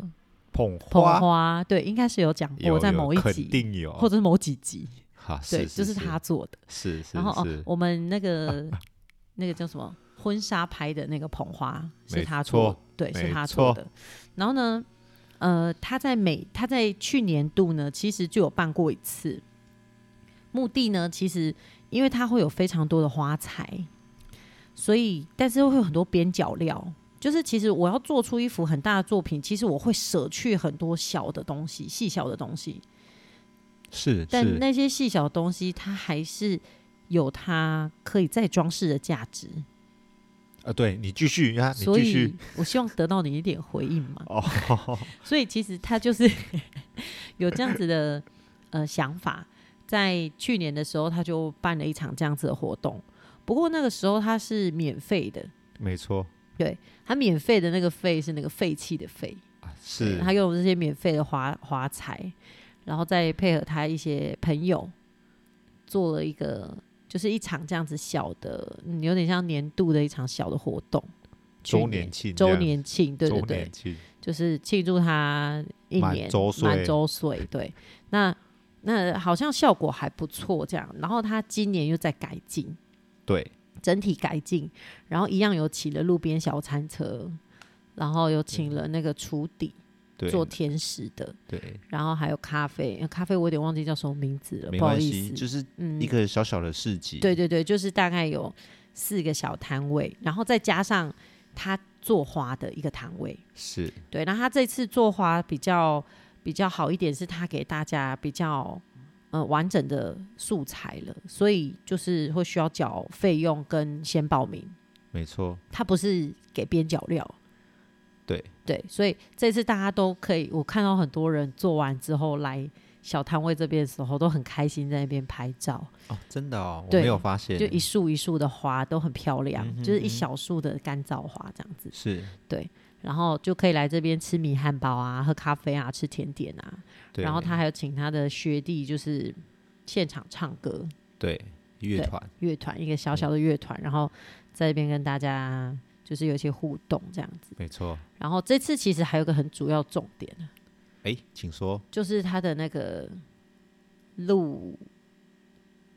Speaker 1: 捧
Speaker 2: 捧
Speaker 1: 花
Speaker 2: 花，对，应该是有讲
Speaker 1: 有
Speaker 2: 过在
Speaker 1: 有
Speaker 2: 某一
Speaker 1: 肯
Speaker 2: 集，
Speaker 1: 定有，
Speaker 2: 或者是某几集，
Speaker 1: 好
Speaker 2: 对，
Speaker 1: 是
Speaker 2: 就是他做的。
Speaker 1: 是是
Speaker 2: 然后哦
Speaker 1: 是，，
Speaker 2: 我们那个 [LAUGHS] 那个叫什么婚纱拍的那个捧花是
Speaker 1: 没
Speaker 2: 他做的
Speaker 1: 错，
Speaker 2: 对，是
Speaker 1: 没
Speaker 2: 他做
Speaker 1: 错
Speaker 2: 的。然后呢，呃，他在每他在去年度呢，其实就有办过一次。目的呢，其实因为它会有非常多的花材，所以但是会有很多边角料。就是其实我要做出一幅很大的作品，其实我会舍去很多小的东西、细小的东西，
Speaker 1: 是
Speaker 2: 但
Speaker 1: 是
Speaker 2: 那些细小的东西，它还是有它可以再装饰的价值。
Speaker 1: 啊，对你继续啊，你
Speaker 2: 所
Speaker 1: 继
Speaker 2: 以
Speaker 1: 续
Speaker 2: 我希望得到你一点回应嘛。
Speaker 1: 哦， [LAUGHS]
Speaker 2: 所以其实他就是 [LAUGHS] 有这样子的呃想法，在去年的时候他就办了一场这样子的活动，不过那个时候他是免费的，
Speaker 1: 没错
Speaker 2: 他免费的那个费是那个废弃的废，
Speaker 1: 啊，是
Speaker 2: 他用这些免费的花花材，然后再配合他一些朋友，做了一个就是一场这样子小的，嗯有点像年度的一场小的活动，去
Speaker 1: 周年庆这
Speaker 2: 周
Speaker 1: 样
Speaker 2: 年庆，对对
Speaker 1: 周
Speaker 2: 对
Speaker 1: 年，庆
Speaker 2: 就是庆祝他一
Speaker 1: 满
Speaker 2: 年
Speaker 1: 周岁
Speaker 2: 满周岁，对，那那好像效果还不错，这样，然后他今年又在改进，
Speaker 1: 对
Speaker 2: 整体改进，然后一样有请了路边小餐车，然后有请
Speaker 1: 嗯
Speaker 2: 了那个厨底
Speaker 1: 对
Speaker 2: 做甜食的，
Speaker 1: 对，
Speaker 2: 然后还有咖啡，呃咖啡我有点忘记叫什么名字了，
Speaker 1: 没
Speaker 2: 不好
Speaker 1: 关
Speaker 2: 意
Speaker 1: 系，
Speaker 2: 思，
Speaker 1: 就是
Speaker 2: 嗯
Speaker 1: 一，个小小的市集，
Speaker 2: 对对对，就是大概有四个小摊位，然后再加上他做花的一个摊位，
Speaker 1: 是
Speaker 2: 对，那他这次做花比较比较好一点，是他给大家比较呃完整的素材了，所以就是会需要缴费用跟先报名，
Speaker 1: 没错，
Speaker 2: 他不是给边角料，
Speaker 1: 对
Speaker 2: 对，所以这次大家都可以，我看到很多人做完之后来小摊位这边的时候都很开心，在那边拍照，
Speaker 1: 哦，真的哦，我
Speaker 2: 对
Speaker 1: 没有发现，
Speaker 2: 就一束一束的花都很漂亮，
Speaker 1: 嗯哼
Speaker 2: 就是一
Speaker 1: 哼
Speaker 2: 小束的干燥花这样子。
Speaker 1: 是
Speaker 2: 然后就可以来这边吃米汉堡啊、喝咖啡啊、吃甜点啊。
Speaker 1: 对，
Speaker 2: 然后他还有请他的学弟，就是现场唱歌，
Speaker 1: 对乐
Speaker 2: 对
Speaker 1: 团，
Speaker 2: 乐团一个小小的乐团，然后在这边跟大家就是有一些互动这样子。
Speaker 1: 没错。
Speaker 2: 然后这次其实还有一个很主要重点，
Speaker 1: 哎，请说
Speaker 2: 就是他的那个路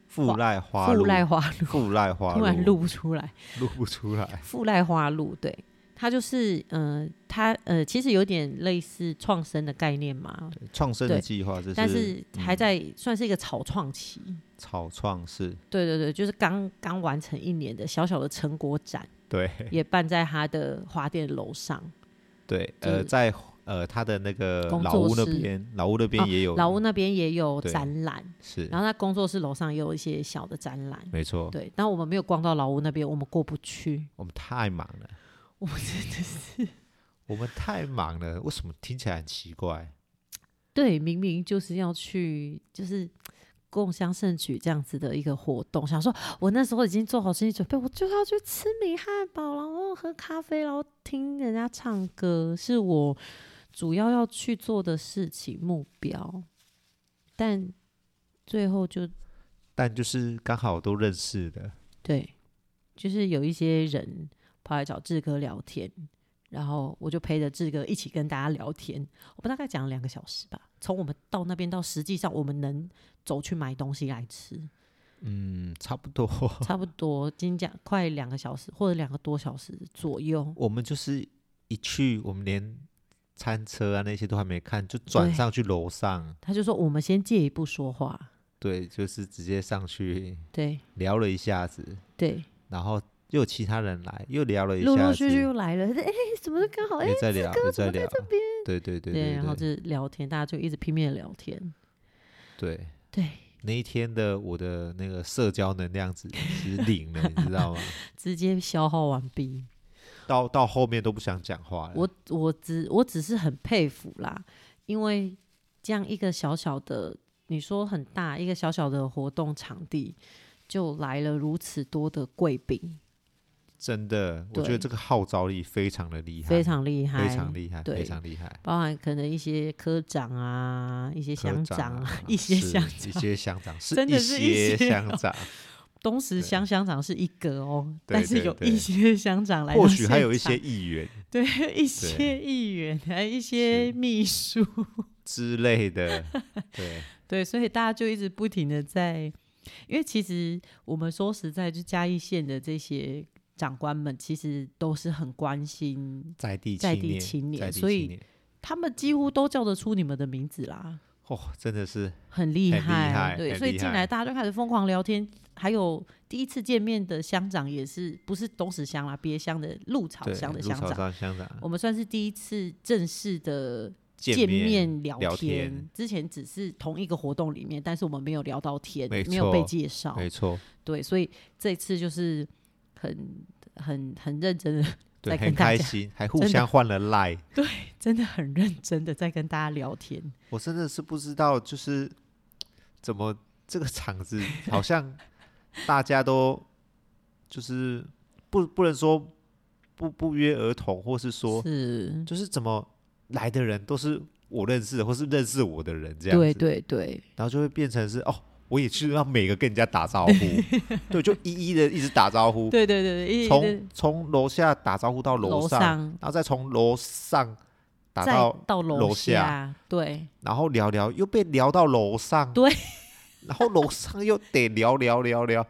Speaker 1: 富赖花
Speaker 2: 富
Speaker 1: 露，
Speaker 2: 赖花
Speaker 1: 富赖花
Speaker 2: [LAUGHS] 突然录不出来，
Speaker 1: 录不出来，
Speaker 2: 富赖花路，对，它就是呃，它呃，其实有点类似创生的概念嘛，
Speaker 1: 创生的
Speaker 2: 对
Speaker 1: 计划这
Speaker 2: 但是还
Speaker 1: 嗯
Speaker 2: 在、算是一个草创期。
Speaker 1: 草创是，
Speaker 2: 对对对，就是刚刚完成一年的小小的成果展，
Speaker 1: 对
Speaker 2: 也办在他的花店楼上。
Speaker 1: 对，
Speaker 2: 就
Speaker 1: 呃，
Speaker 2: 是
Speaker 1: 在呃他的那个
Speaker 2: 工
Speaker 1: 老
Speaker 2: 作
Speaker 1: 屋那
Speaker 2: 室
Speaker 1: 边，老屋那边
Speaker 2: 哦
Speaker 1: 也有，
Speaker 2: 老屋那边也有
Speaker 1: 对
Speaker 2: 展览，
Speaker 1: 是
Speaker 2: 然后他工作室楼上也有一些小的展览。
Speaker 1: 没错，
Speaker 2: 对，但我们没有逛到老屋那边，我们过不去。
Speaker 1: 我们太忙了，
Speaker 2: 我们真的是
Speaker 1: 我们太忙了，为什么听起来很奇怪？
Speaker 2: 对，明明就是要去，就是共襄盛举这样子的一个活动。想说，我那时候已经做好心理准备，我就要去吃米汉堡，然后喝咖啡，然后听人家唱歌，是我主要要去做的事情目标。但最后就
Speaker 1: 但就是刚好都认识的，
Speaker 2: 对，就是有一些人跑来找志哥聊天，然后我就陪着志哥一起跟大家聊天。我们大概讲了两个小时吧，从我们到那边到实际上我们能走去买东西来吃，
Speaker 1: 嗯，差不多。
Speaker 2: [LAUGHS] 差不多今天讲快两个小时或者两个多小时左右。
Speaker 1: 我们就是一去，我们连餐车啊那些都还没看，就转
Speaker 2: 对
Speaker 1: 上去楼上，
Speaker 2: 他就说我们先借一步说话，
Speaker 1: 对，就是直接上去
Speaker 2: 对
Speaker 1: 聊了一下子，
Speaker 2: 对，
Speaker 1: 然后又有其他人来，又聊了一
Speaker 2: 陆
Speaker 1: 下
Speaker 2: 陆
Speaker 1: 子，
Speaker 2: 续续又来了，哎、怎么刚好哎、
Speaker 1: 也在聊，也在聊，对对对
Speaker 2: 对，然后
Speaker 1: 对
Speaker 2: 就聊天，大家就一直拼命的聊天，
Speaker 1: 对。
Speaker 2: 对，
Speaker 1: 那一天的我的那个社交能量
Speaker 2: [LAUGHS]
Speaker 1: 值是零了，你知道吗？
Speaker 2: 直接消耗完毕。
Speaker 1: 到到后面都不想讲话了。
Speaker 2: 我我只我只是很佩服啦，因为这样一个小小的，你说很大一个小小的活动场地，就来了如此多的贵宾，
Speaker 1: 真的，我觉得
Speaker 2: 对
Speaker 1: 这个号召力非常的厉害，
Speaker 2: 非常厉害，
Speaker 1: 哎非常厉害，
Speaker 2: 对
Speaker 1: 非常厉害。
Speaker 2: 包含可能一些科长啊，一些乡
Speaker 1: 科
Speaker 2: 长
Speaker 1: 啊，
Speaker 2: [LAUGHS] 一些
Speaker 1: 是
Speaker 2: 乡
Speaker 1: 一
Speaker 2: 长，
Speaker 1: 些乡长，是
Speaker 2: 真的是一
Speaker 1: 些
Speaker 2: 些
Speaker 1: 乡
Speaker 2: 哦
Speaker 1: 长，
Speaker 2: 东石乡乡长是一个哦，
Speaker 1: 对
Speaker 2: 但是
Speaker 1: 对
Speaker 2: 有
Speaker 1: 对
Speaker 2: 一些乡长 [LAUGHS] 来到现
Speaker 1: 或许
Speaker 2: 场，
Speaker 1: 还有一些议员
Speaker 2: 对一些议员，还有一些
Speaker 1: 是
Speaker 2: 秘书，
Speaker 1: 之类
Speaker 2: [LAUGHS]
Speaker 1: 的，对，
Speaker 2: 对，所以大家就一直不停的在，因为其实我们说实在，就嘉义县的这些长官们，其实都是很关心，
Speaker 1: 在地
Speaker 2: 在
Speaker 1: 青
Speaker 2: 地
Speaker 1: 年，
Speaker 2: 青年
Speaker 1: 在地
Speaker 2: 所以
Speaker 1: 青年
Speaker 2: 他们几乎都叫得出你们的名字啦，
Speaker 1: 哦，真的是
Speaker 2: 很厉
Speaker 1: 很
Speaker 2: 害，
Speaker 1: 厉害
Speaker 2: 对，
Speaker 1: 很
Speaker 2: 所以
Speaker 1: 厉
Speaker 2: 进
Speaker 1: 害
Speaker 2: 来大家就开始疯狂聊天，还有第一次见面的乡长也是不是东石乡啦，别乡的鹿草
Speaker 1: 对，
Speaker 2: 乡的
Speaker 1: 陆
Speaker 2: 乡
Speaker 1: 朝山
Speaker 2: 长，
Speaker 1: 乡长
Speaker 2: 我们算是第一次正式的
Speaker 1: 见
Speaker 2: 面聊
Speaker 1: 聊
Speaker 2: 天，
Speaker 1: 天
Speaker 2: 之前只是同一个活动里面，但是我们没有聊到天，
Speaker 1: 没
Speaker 2: 没有被
Speaker 1: 错
Speaker 2: 介绍，
Speaker 1: 没错，
Speaker 2: 对，所以这次就是很很很认真的，
Speaker 1: 对，
Speaker 2: 再
Speaker 1: 很
Speaker 2: 跟大
Speaker 1: 开
Speaker 2: 家
Speaker 1: 心，还互
Speaker 2: 真的
Speaker 1: 相换了赖。
Speaker 2: 真的很认真的在跟大家聊天。
Speaker 1: 我真的是不知道，就是怎么这个场子好像大家都就是不不能说不不约而同，或是说
Speaker 2: 是，
Speaker 1: 就是怎么来的人都是我认识的，或是认识我的人这样子，
Speaker 2: 对对对
Speaker 1: 然后就会变成是哦，我也去让每个跟人家打招呼， [LAUGHS] 对，就一一的一直打招呼，
Speaker 2: 对对对对，一
Speaker 1: 从从楼下打招呼到楼
Speaker 2: 楼
Speaker 1: 上，
Speaker 2: 上
Speaker 1: 然后再从楼上打
Speaker 2: 再
Speaker 1: 到
Speaker 2: 到楼
Speaker 1: 楼下
Speaker 2: 对
Speaker 1: 然后聊聊又被聊到楼上，
Speaker 2: 对，
Speaker 1: [LAUGHS] 然后楼上又得聊聊聊聊。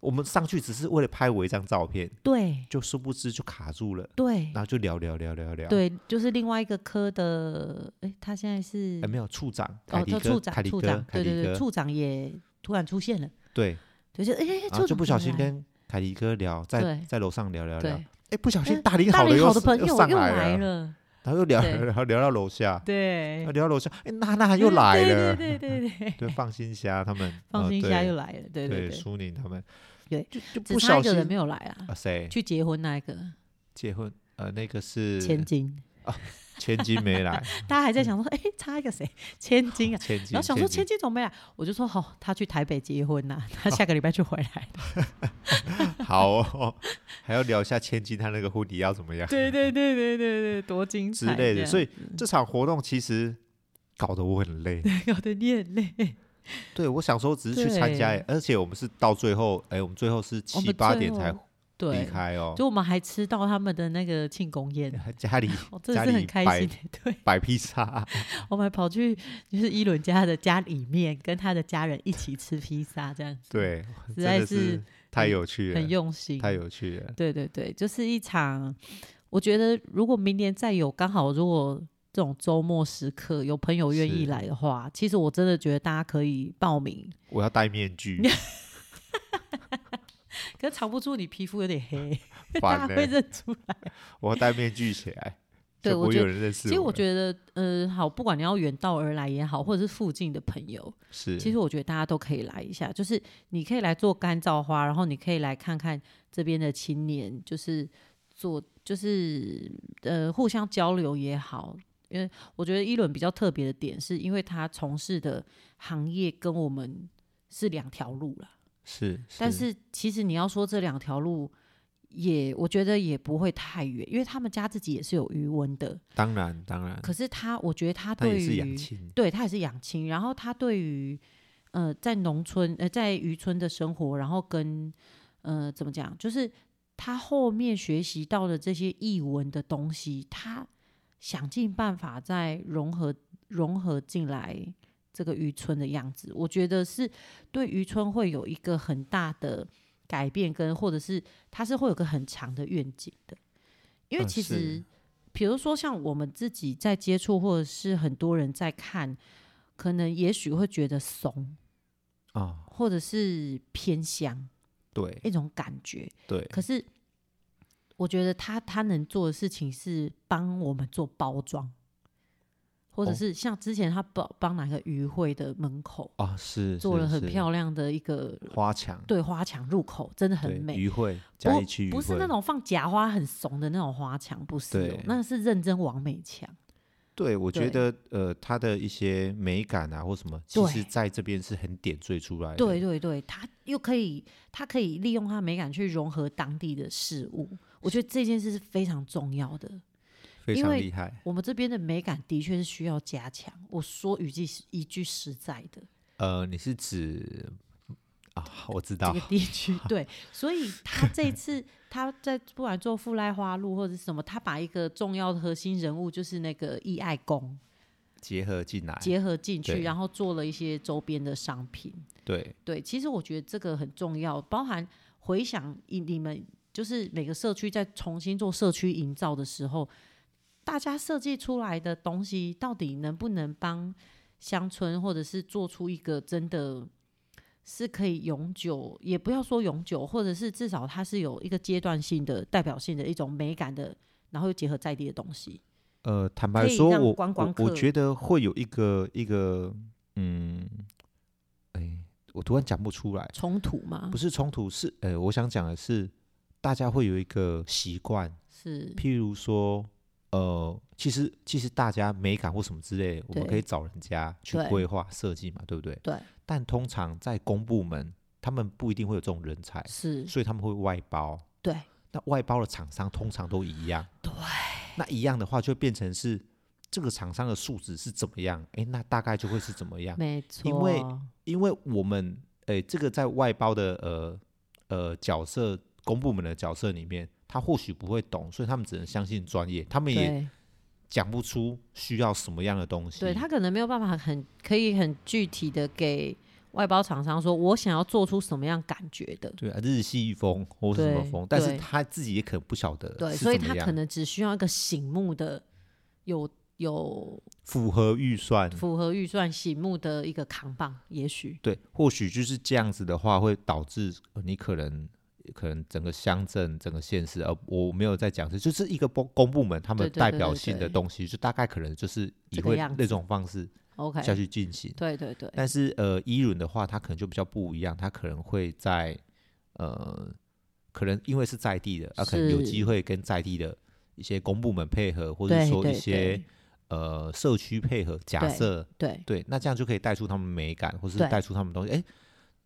Speaker 1: 我们上去只是为了拍我一张照片，
Speaker 2: 对
Speaker 1: 就殊不知就卡住了，
Speaker 2: 对
Speaker 1: 然后就聊聊聊聊聊。，
Speaker 2: 对，就是另外一个科的，哎，他现在是
Speaker 1: 哎，没有处长，凯
Speaker 2: 哦，
Speaker 1: 迪
Speaker 2: 叫
Speaker 1: 哥，
Speaker 2: 处
Speaker 1: 凯
Speaker 2: 长，
Speaker 1: 迪
Speaker 2: 处
Speaker 1: 哥
Speaker 2: 长，，
Speaker 1: 凯
Speaker 2: 对
Speaker 1: 迪
Speaker 2: 对对，
Speaker 1: 哥，
Speaker 2: 处长也突然出现了，
Speaker 1: 对，
Speaker 2: 对，就哎，
Speaker 1: 然后就不小心
Speaker 2: 怎么来
Speaker 1: 跟凯迪哥聊，在
Speaker 2: 对
Speaker 1: 在楼上聊聊聊
Speaker 2: 对，
Speaker 1: 哎，不小心
Speaker 2: 哎
Speaker 1: 大林
Speaker 2: 大
Speaker 1: 的
Speaker 2: 林
Speaker 1: 又
Speaker 2: 好的朋友
Speaker 1: 又上
Speaker 2: 又来
Speaker 1: 来了，
Speaker 2: 了，
Speaker 1: 然后又聊
Speaker 2: 对
Speaker 1: 聊聊聊到楼下，
Speaker 2: 对嗯
Speaker 1: 然后，聊到楼下，哎，娜娜又来了，
Speaker 2: 对对对对，
Speaker 1: 对，放心虾他们，
Speaker 2: 放
Speaker 1: 呃
Speaker 2: 心一
Speaker 1: 对
Speaker 2: 下又来了，对
Speaker 1: 对，
Speaker 2: 对，
Speaker 1: 苏宁他们，
Speaker 2: 对
Speaker 1: 就就
Speaker 2: 只
Speaker 1: 不
Speaker 2: 差
Speaker 1: 小
Speaker 2: 一个
Speaker 1: 心
Speaker 2: 人没有来啊，
Speaker 1: 啊，谁
Speaker 2: 去结婚那一个
Speaker 1: 结婚？呃，那个是
Speaker 2: 千金，
Speaker 1: 千金没
Speaker 2: [LAUGHS]
Speaker 1: 来，
Speaker 2: 大家还在想说，哎、差一个谁？千金啊！
Speaker 1: 嗯千金，
Speaker 2: 然后想说千
Speaker 1: 金，哦
Speaker 2: 金怎么没来？我就说，好、哦他去台北结婚呐、他下个礼拜就回来。
Speaker 1: [LAUGHS] 好、哦，还要聊一下千金他那个婚礼要怎么样
Speaker 2: 对对对对对对，多精
Speaker 1: 之
Speaker 2: 彩
Speaker 1: 类
Speaker 2: 这
Speaker 1: 的，
Speaker 2: 样嗯
Speaker 1: 所以这场活动其实搞得我很累。
Speaker 2: 搞得你
Speaker 1: [LAUGHS]
Speaker 2: 很累。
Speaker 1: 对，我小时候只是去参加
Speaker 2: 对
Speaker 1: 欸，而且我们是到最后，哎、我们最后是
Speaker 2: 我
Speaker 1: 七
Speaker 2: 们
Speaker 1: 八
Speaker 2: 最
Speaker 1: 点才
Speaker 2: 后
Speaker 1: 离
Speaker 2: 对，
Speaker 1: 开哦，
Speaker 2: 就我们还吃到他们的那个庆功宴，
Speaker 1: 家
Speaker 2: [LAUGHS]
Speaker 1: 里
Speaker 2: 哦，真
Speaker 1: 家
Speaker 2: 的是很
Speaker 1: 里
Speaker 2: 开
Speaker 1: 摆
Speaker 2: 心。对，
Speaker 1: 摆披萨，
Speaker 2: 我们还跑去就是伊伦家的家里面，跟他的家人一起吃披萨，这样
Speaker 1: 对，
Speaker 2: 实
Speaker 1: 真
Speaker 2: 在
Speaker 1: 的
Speaker 2: 是
Speaker 1: 是太有趣
Speaker 2: 很
Speaker 1: 了，
Speaker 2: 用心。
Speaker 1: 太有趣了。
Speaker 2: 对对对，就是一场。我觉得如果明年再有刚好如果这种周末时刻有朋友愿意
Speaker 1: 是
Speaker 2: 来的话，其实我真的觉得大家可以报名。
Speaker 1: 我要戴面
Speaker 2: [LAUGHS]
Speaker 1: 具，
Speaker 2: 可是藏不住你皮肤有点黑，大
Speaker 1: 烦
Speaker 2: 家
Speaker 1: 呢、
Speaker 2: 会认出来。
Speaker 1: 我要戴面具起来，
Speaker 2: 对
Speaker 1: 就
Speaker 2: 我
Speaker 1: 不会
Speaker 2: 觉
Speaker 1: 有
Speaker 2: 得
Speaker 1: 人认识
Speaker 2: 其实我
Speaker 1: 得
Speaker 2: 觉得，呃，好，不管你要远道而来也好，或者是附近的朋友，
Speaker 1: 是，
Speaker 2: 其实我觉得大家都可以来一下，就是你可以来做干燥花，然后你可以来看看这边的青年，就是做就是呃互相交流也好。因为我觉得伊伦比较特别的点，是因为他从事的行业跟我们是两条路啦。
Speaker 1: 是，
Speaker 2: 但是其实你要说这两条路也，我觉得也不会太远，因为他们家自己也是有余温的。
Speaker 1: 当然当然，
Speaker 2: 可是他，我觉得他
Speaker 1: 嗯但也
Speaker 2: 对
Speaker 1: 是
Speaker 2: 于
Speaker 1: 养亲，
Speaker 2: 对他也是养亲，然后他对于呃在农村呃在渔村的生活，然后跟呃怎么讲，就是他后面学习到的这些译文的东西，他想尽办法再融合融合进来这个渔村的样子，我觉得是对渔村会有一个很大的改变跟，或者是他是会有个很长的愿景的，因为
Speaker 1: 嗯
Speaker 2: 其
Speaker 1: 是
Speaker 2: 实。比如说像我们自己在接触，或者是很多人在看，可能也许会觉得怂，
Speaker 1: 啊、
Speaker 2: 或者是偏乡
Speaker 1: 对
Speaker 2: 一种感觉。
Speaker 1: 对，
Speaker 2: 可是我觉得他他能做的事情是帮我们做包装，或者
Speaker 1: 哦
Speaker 2: 是像之前他帮帮哪个渔会的门口
Speaker 1: 啊、是
Speaker 2: 做了很
Speaker 1: 亮，
Speaker 2: 漂亮的一个
Speaker 1: 花墙
Speaker 2: 对花墙入口，真的很
Speaker 1: 对
Speaker 2: 美。
Speaker 1: 渔会
Speaker 2: 不
Speaker 1: 嘉义区渔
Speaker 2: 不是那
Speaker 1: 会
Speaker 2: 种放假花很怂的那种花墙，不是、哦
Speaker 1: 对，
Speaker 2: 那是认真完美墙。
Speaker 1: 对，我觉
Speaker 2: 对
Speaker 1: 得呃，它的一些美感啊，或什么，其实
Speaker 2: 对
Speaker 1: 在这边是很点缀出来的。
Speaker 2: 对对对，他又可以，他可以利用他美感去融合当地的事物，我觉得这件事是非常重要的。
Speaker 1: 非
Speaker 2: 因
Speaker 1: 常
Speaker 2: 为
Speaker 1: 厉害。
Speaker 2: 我们这边的美感的确是需要加强。我说一句一句实在的，
Speaker 1: 呃，你是指啊，我知
Speaker 2: 这
Speaker 1: 道
Speaker 2: 个，地
Speaker 1: [LAUGHS]
Speaker 2: 区对，所以他这一次 [LAUGHS] 他在不管做富赖花路或者是什么，他把一个重要的核心人物就是那个义爱宫
Speaker 1: 结合进来，
Speaker 2: 结合进去，
Speaker 1: 哎对
Speaker 2: 然后做了一些周边的商品。
Speaker 1: 对
Speaker 2: 对，其实我觉得这个很重要，包含回想你你们就是每个社区在重新做社区营造的时候，大家设计出来的东西到底能不能帮乡村，或者是做出一个真的是可以永久，也不要说永久，或者是至少它是有一个阶段性的代表性的一种美感的，然后又结合在地的东西。
Speaker 1: 呃，坦
Speaker 2: 可
Speaker 1: 白
Speaker 2: 以
Speaker 1: 说，
Speaker 2: 让
Speaker 1: 我
Speaker 2: 观光
Speaker 1: 我我
Speaker 2: 客
Speaker 1: 觉得会有一个一个嗯，哎，我突然讲不出来，
Speaker 2: 冲突吗
Speaker 1: 不？是冲突，是呃，我想讲的是，大家会有一个习惯，
Speaker 2: 是，
Speaker 1: 譬如说，呃，其实其实大家美感或什么之类，我们
Speaker 2: 对
Speaker 1: 可以找人家去
Speaker 2: 对
Speaker 1: 规划设计嘛，对不对？
Speaker 2: 对，
Speaker 1: 但通常在公部门，他们不一定会有这种人才，
Speaker 2: 是，
Speaker 1: 所以他们会外包。
Speaker 2: 对，
Speaker 1: 那外包的厂商通常都一样，对。那一样的话，就变成是这个厂商的素质是怎么样？诶，那大概就会是怎么样？
Speaker 2: 没错，
Speaker 1: 因为因为我们诶，这个在外包的呃呃角色，公部门的角色里面，他或许不会懂，所以他们只能相信专业，他们也
Speaker 2: 对。
Speaker 1: 讲不出需要什么样的东西。
Speaker 2: 对他可能没有办法很可以很具体的给外包厂商说，我想要做出什么样感觉的，
Speaker 1: 对啊，日系风或是什么
Speaker 2: 对
Speaker 1: 风，但是
Speaker 2: 对
Speaker 1: 他自己也可能不晓得
Speaker 2: 对，
Speaker 1: 是
Speaker 2: 所以
Speaker 1: 怎么
Speaker 2: 他
Speaker 1: 样
Speaker 2: 可能只需要一个醒目的、有有
Speaker 1: 符合预算，
Speaker 2: 符合预算、醒目的一个扛棒，也许
Speaker 1: 对，或许就是这样子的话，会导致呃你可能可能整个乡镇、整个县市，呃，我没有在讲是，就是一个公公部门他
Speaker 2: 对
Speaker 1: 们
Speaker 2: 对
Speaker 1: 代
Speaker 2: 对
Speaker 1: 表
Speaker 2: 对
Speaker 1: 性的
Speaker 2: 对
Speaker 1: 东西，就大概可能就是以
Speaker 2: 这个
Speaker 1: 会
Speaker 2: 样
Speaker 1: 那种方式
Speaker 2: OK，
Speaker 1: 下去进行。
Speaker 2: 哎对对对，
Speaker 1: 但是呃，伊伦的话，他可能就比较不一样，他可能会在呃，可能因为是在地的，他、可能有
Speaker 2: 是
Speaker 1: 机会跟在地的一些公部门配合，或者
Speaker 2: 对
Speaker 1: 说
Speaker 2: 对
Speaker 1: 一些呃社区配合。假
Speaker 2: 对
Speaker 1: 设
Speaker 2: 对
Speaker 1: 对，那这样就可以带出他们美感，或是
Speaker 2: 对
Speaker 1: 带出他们东西，哎，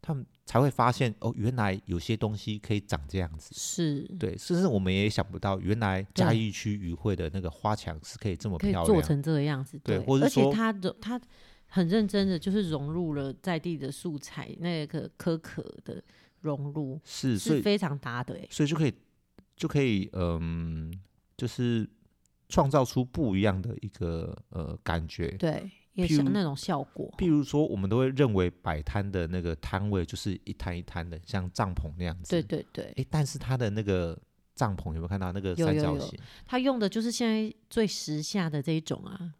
Speaker 1: 他们才会发现哦，原来有些东西可以长这样子。
Speaker 2: 是，
Speaker 1: 对，甚至我们也想不到，原来
Speaker 2: 嗯对
Speaker 1: 嘉义区渔会的那个花墙是可以这么
Speaker 2: 可以
Speaker 1: 漂
Speaker 2: 做
Speaker 1: 亮。
Speaker 2: 成这个样子，
Speaker 1: 对或者
Speaker 2: 而且
Speaker 1: 说
Speaker 2: 它的它很认真的就是融入了在地的素材那个可可的融入
Speaker 1: 是，所
Speaker 2: 是
Speaker 1: 以
Speaker 2: 非常搭的、欸，
Speaker 1: 所以就可以就可以嗯，就是创造出不一样的一个呃感觉。
Speaker 2: 对，也
Speaker 1: 譬
Speaker 2: 像
Speaker 1: 如
Speaker 2: 那种效果，
Speaker 1: 譬如说，我们都会认为摆摊的那个摊位就是一摊一摊的，像帐篷那样子。
Speaker 2: 对对对，
Speaker 1: 诶但是它的那个帐篷有没有看到那个
Speaker 2: 有
Speaker 1: 三
Speaker 2: 有
Speaker 1: 角
Speaker 2: 有
Speaker 1: 形？
Speaker 2: 他用的就是现在最时下的这一种啊，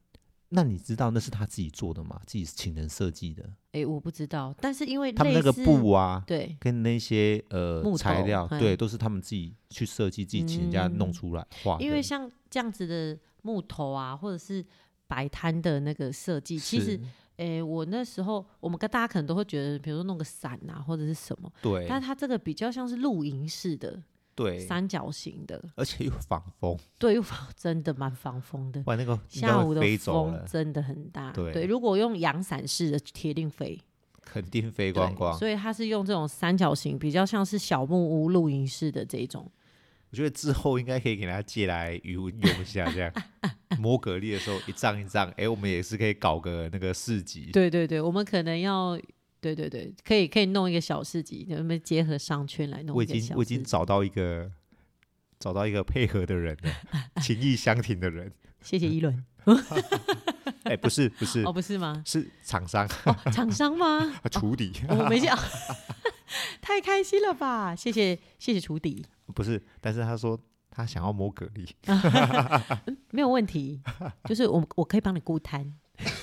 Speaker 1: 那你知道那是他自己做的吗？自己请人设计的，
Speaker 2: 哎、我不知道，但是因为
Speaker 1: 他们那
Speaker 2: 类
Speaker 1: 个
Speaker 2: 似
Speaker 1: 布啊，
Speaker 2: 对。
Speaker 1: 跟那些呃
Speaker 2: 木头
Speaker 1: 材料，
Speaker 2: 哎
Speaker 1: 对，都是他们自己去设计，自己请人家弄出来画的。
Speaker 2: 因为像这样子的木头啊，或者是摆摊的那个设计，其实
Speaker 1: 是
Speaker 2: 诶、我那时候我们跟大家可能都会觉得，比如说弄个伞啊，或者是什么，
Speaker 1: 对
Speaker 2: 但它这个比较像是露营式的
Speaker 1: 对，
Speaker 2: 三角形的，
Speaker 1: 而且又防风，
Speaker 2: 对，又防 [LAUGHS] 真的蛮防风的。
Speaker 1: 哇，那个应该
Speaker 2: 下午
Speaker 1: 会
Speaker 2: 的
Speaker 1: 飞走
Speaker 2: 风
Speaker 1: 了，
Speaker 2: 真的很大，
Speaker 1: 对
Speaker 2: 如果用阳伞式的铁定飞，
Speaker 1: 肯定飞
Speaker 2: 对
Speaker 1: 光光。
Speaker 2: 所以它是用这种三角形，比较像是小木屋露营式的这一种，
Speaker 1: 我觉得之后应该可以给他借来余温用一下，
Speaker 2: [LAUGHS]
Speaker 1: 这样摸蛤蜊的时候一仗一仗，哎，我们也是可以搞个那个市集。
Speaker 2: 对对对，我们可能要，对对对，可以可以弄一个小市集，我们结合商圈来弄
Speaker 1: 我
Speaker 2: 一
Speaker 1: 已
Speaker 2: 个小市
Speaker 1: 经
Speaker 2: 集。
Speaker 1: 我已经找到一个找到一个配合的人了，情意相挺的人。
Speaker 2: 谢
Speaker 1: [LAUGHS]
Speaker 2: 谢一轮
Speaker 1: 哎，不
Speaker 2: [LAUGHS]
Speaker 1: 是不是
Speaker 2: 哦，，不是吗？
Speaker 1: 是厂商 [LAUGHS]
Speaker 2: 哦，厂商吗？哦
Speaker 1: 处理，
Speaker 2: 我没想， [LAUGHS] 太开心了吧！谢谢谢谢楚底，
Speaker 1: 不是。但是他说他想要摸蛤蜊，
Speaker 2: 没有问题，就是我我可以帮你顾摊，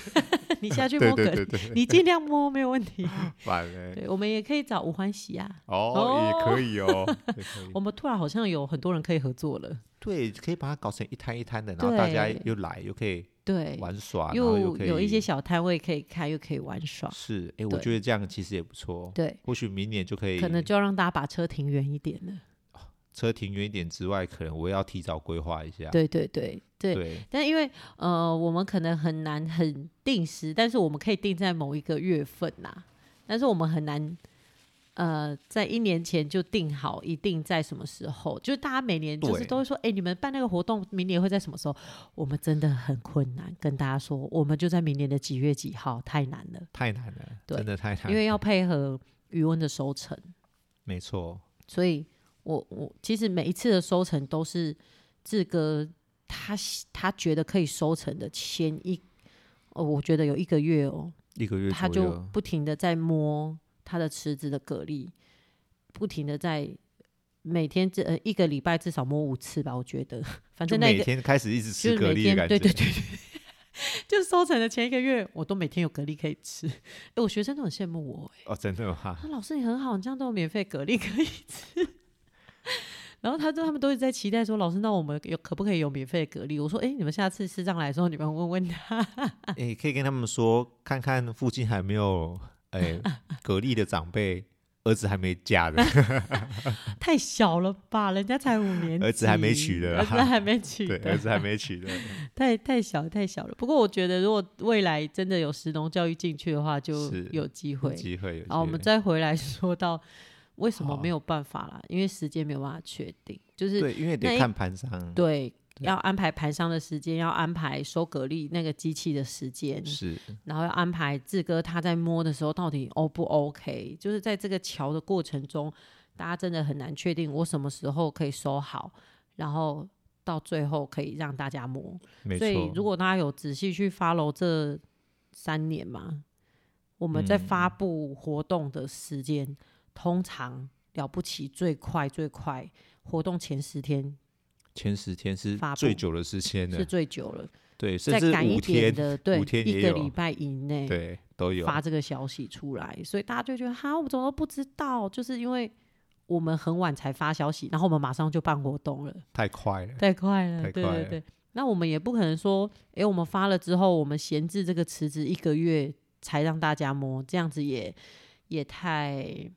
Speaker 2: [LAUGHS] 你下去
Speaker 1: 对
Speaker 2: 摸
Speaker 1: 对
Speaker 2: 个，
Speaker 1: 对对，
Speaker 2: 你尽量摸没有
Speaker 1: [LAUGHS]
Speaker 2: 问题。
Speaker 1: 反哎，
Speaker 2: 对，我们也可以找五欢喜啊。
Speaker 1: 哦，也可以哦，也可
Speaker 2: [LAUGHS]
Speaker 1: 以。
Speaker 2: 我们突然好像有很多人可以合作了，
Speaker 1: 对，可以把它搞成一摊一摊的，然后大家
Speaker 2: 对
Speaker 1: 又来又可以
Speaker 2: 对，
Speaker 1: 玩耍，然后又
Speaker 2: 又
Speaker 1: 可以
Speaker 2: 有一些小摊位可以开，又可以玩耍，
Speaker 1: 是，哎，我
Speaker 2: 对
Speaker 1: 觉得这样其实也不错。
Speaker 2: 对。
Speaker 1: 或许明年就可以，
Speaker 2: 可能就要让大家把车停远一点了。
Speaker 1: 车停远一点之外，可能我也要提早规划一下。
Speaker 2: 对对对对。
Speaker 1: 啊对
Speaker 2: 但因为呃，我们可能很难很定时，但是我们可以定在某一个月份呐、但是我们很难呃，在一年前就定好一定在什么时候。就是大家每年就是
Speaker 1: 对
Speaker 2: 都会说，哎、你们办那个活动，明年会在什么时候？我们真的很困难，跟大家说，我们就在明年的几月几号，太难了，
Speaker 1: 太难了，
Speaker 2: 对
Speaker 1: 真的太难了。
Speaker 2: 因为要配合余温的收成。
Speaker 1: 没错，
Speaker 2: 所以我我其实每一次的收成都是志哥他喜他觉得可以收成的前一，哦，我觉得有一个月哦，
Speaker 1: 一个月
Speaker 2: 他
Speaker 1: 左
Speaker 2: 就
Speaker 1: 右，
Speaker 2: 不停的在摸他的池子的蛤蜊，不停的在每天至呃一个礼拜至少摸五次吧，我觉得，反
Speaker 1: 就
Speaker 2: 正那
Speaker 1: 每
Speaker 2: 个
Speaker 1: 天开始一直
Speaker 2: [LAUGHS]
Speaker 1: 吃
Speaker 2: 就是
Speaker 1: 蛤
Speaker 2: 每
Speaker 1: 蜊
Speaker 2: 天
Speaker 1: 的感觉。
Speaker 2: 对对对对。就收成的前一个月，我都每天有蛤蜊可以吃。 [LAUGHS] 哎、我学生都很羡慕我、
Speaker 1: 哦，真的吗？
Speaker 2: [LAUGHS] 他说：“老师你很好，你这样都有免费蛤蜊 [LAUGHS] 可以吃。”然后他说他们都一直在期待说：“老师，那我们有可不可以有免费的蛤蜊？”我说：“哎、你们下次师长来的时候，你们问问他。
Speaker 1: 诶，可以跟他们说，看看附近还没有诶蛤蜊的长辈，儿子还没嫁
Speaker 2: [LAUGHS]
Speaker 1: 的，
Speaker 2: 太小了吧，人家才五年级，
Speaker 1: 儿子还没娶的啦
Speaker 2: 儿子还没娶
Speaker 1: 对，
Speaker 2: 的
Speaker 1: 儿，子还没娶的，
Speaker 2: 太太小太小了。不过我觉得，如果未来真的有石农教育进去的话，就是有机
Speaker 1: 有
Speaker 2: 会。
Speaker 1: 机会有机
Speaker 2: 然后我
Speaker 1: 会
Speaker 2: 们再回来说到为什么
Speaker 1: 好
Speaker 2: 没有办法啦，因为时间没有办法确定，就是
Speaker 1: 对，因为
Speaker 2: 那
Speaker 1: 得
Speaker 2: 一
Speaker 1: 看盘商，
Speaker 2: 对，要安排盘商的时间，要安排收蛤蜊那个机器的时间，
Speaker 1: 是
Speaker 2: 然后要安排志哥他在摸的时候到底 O 不 OK，就是在这个桥的过程中，大家真的很难确定我什么时候可以收好，然后到最后可以让大家摸。
Speaker 1: 没
Speaker 2: 所以如
Speaker 1: 错，
Speaker 2: 果大家有仔细去 follow 这三年嘛，我们在
Speaker 1: 嗯
Speaker 2: 发布活动的时间，通常了不起最快最快活动前十天
Speaker 1: 前十天是
Speaker 2: 发布
Speaker 1: 最久的时间
Speaker 2: 是
Speaker 1: 了，
Speaker 2: 最久了。
Speaker 1: 对，甚
Speaker 2: 再
Speaker 1: 至
Speaker 2: 赶一
Speaker 1: 五
Speaker 2: 点
Speaker 1: 天，
Speaker 2: 的，对，
Speaker 1: 五天
Speaker 2: 一
Speaker 1: 也
Speaker 2: 个
Speaker 1: 有
Speaker 2: 礼拜以内
Speaker 1: 对，都有，
Speaker 2: 发这个消息出来，所以大家就觉得哈，我们怎么都不知道，就是因为我们很晚才发消息，然后我们马上就办活动了，
Speaker 1: 太快了，
Speaker 2: [LAUGHS] 太快了，
Speaker 1: 太
Speaker 2: 对
Speaker 1: 快
Speaker 2: 对
Speaker 1: 了
Speaker 2: 对。那我们也不可能说，诶，我们发了之后，我们闲置这个池子一个月才让大家摸，这样子也也太，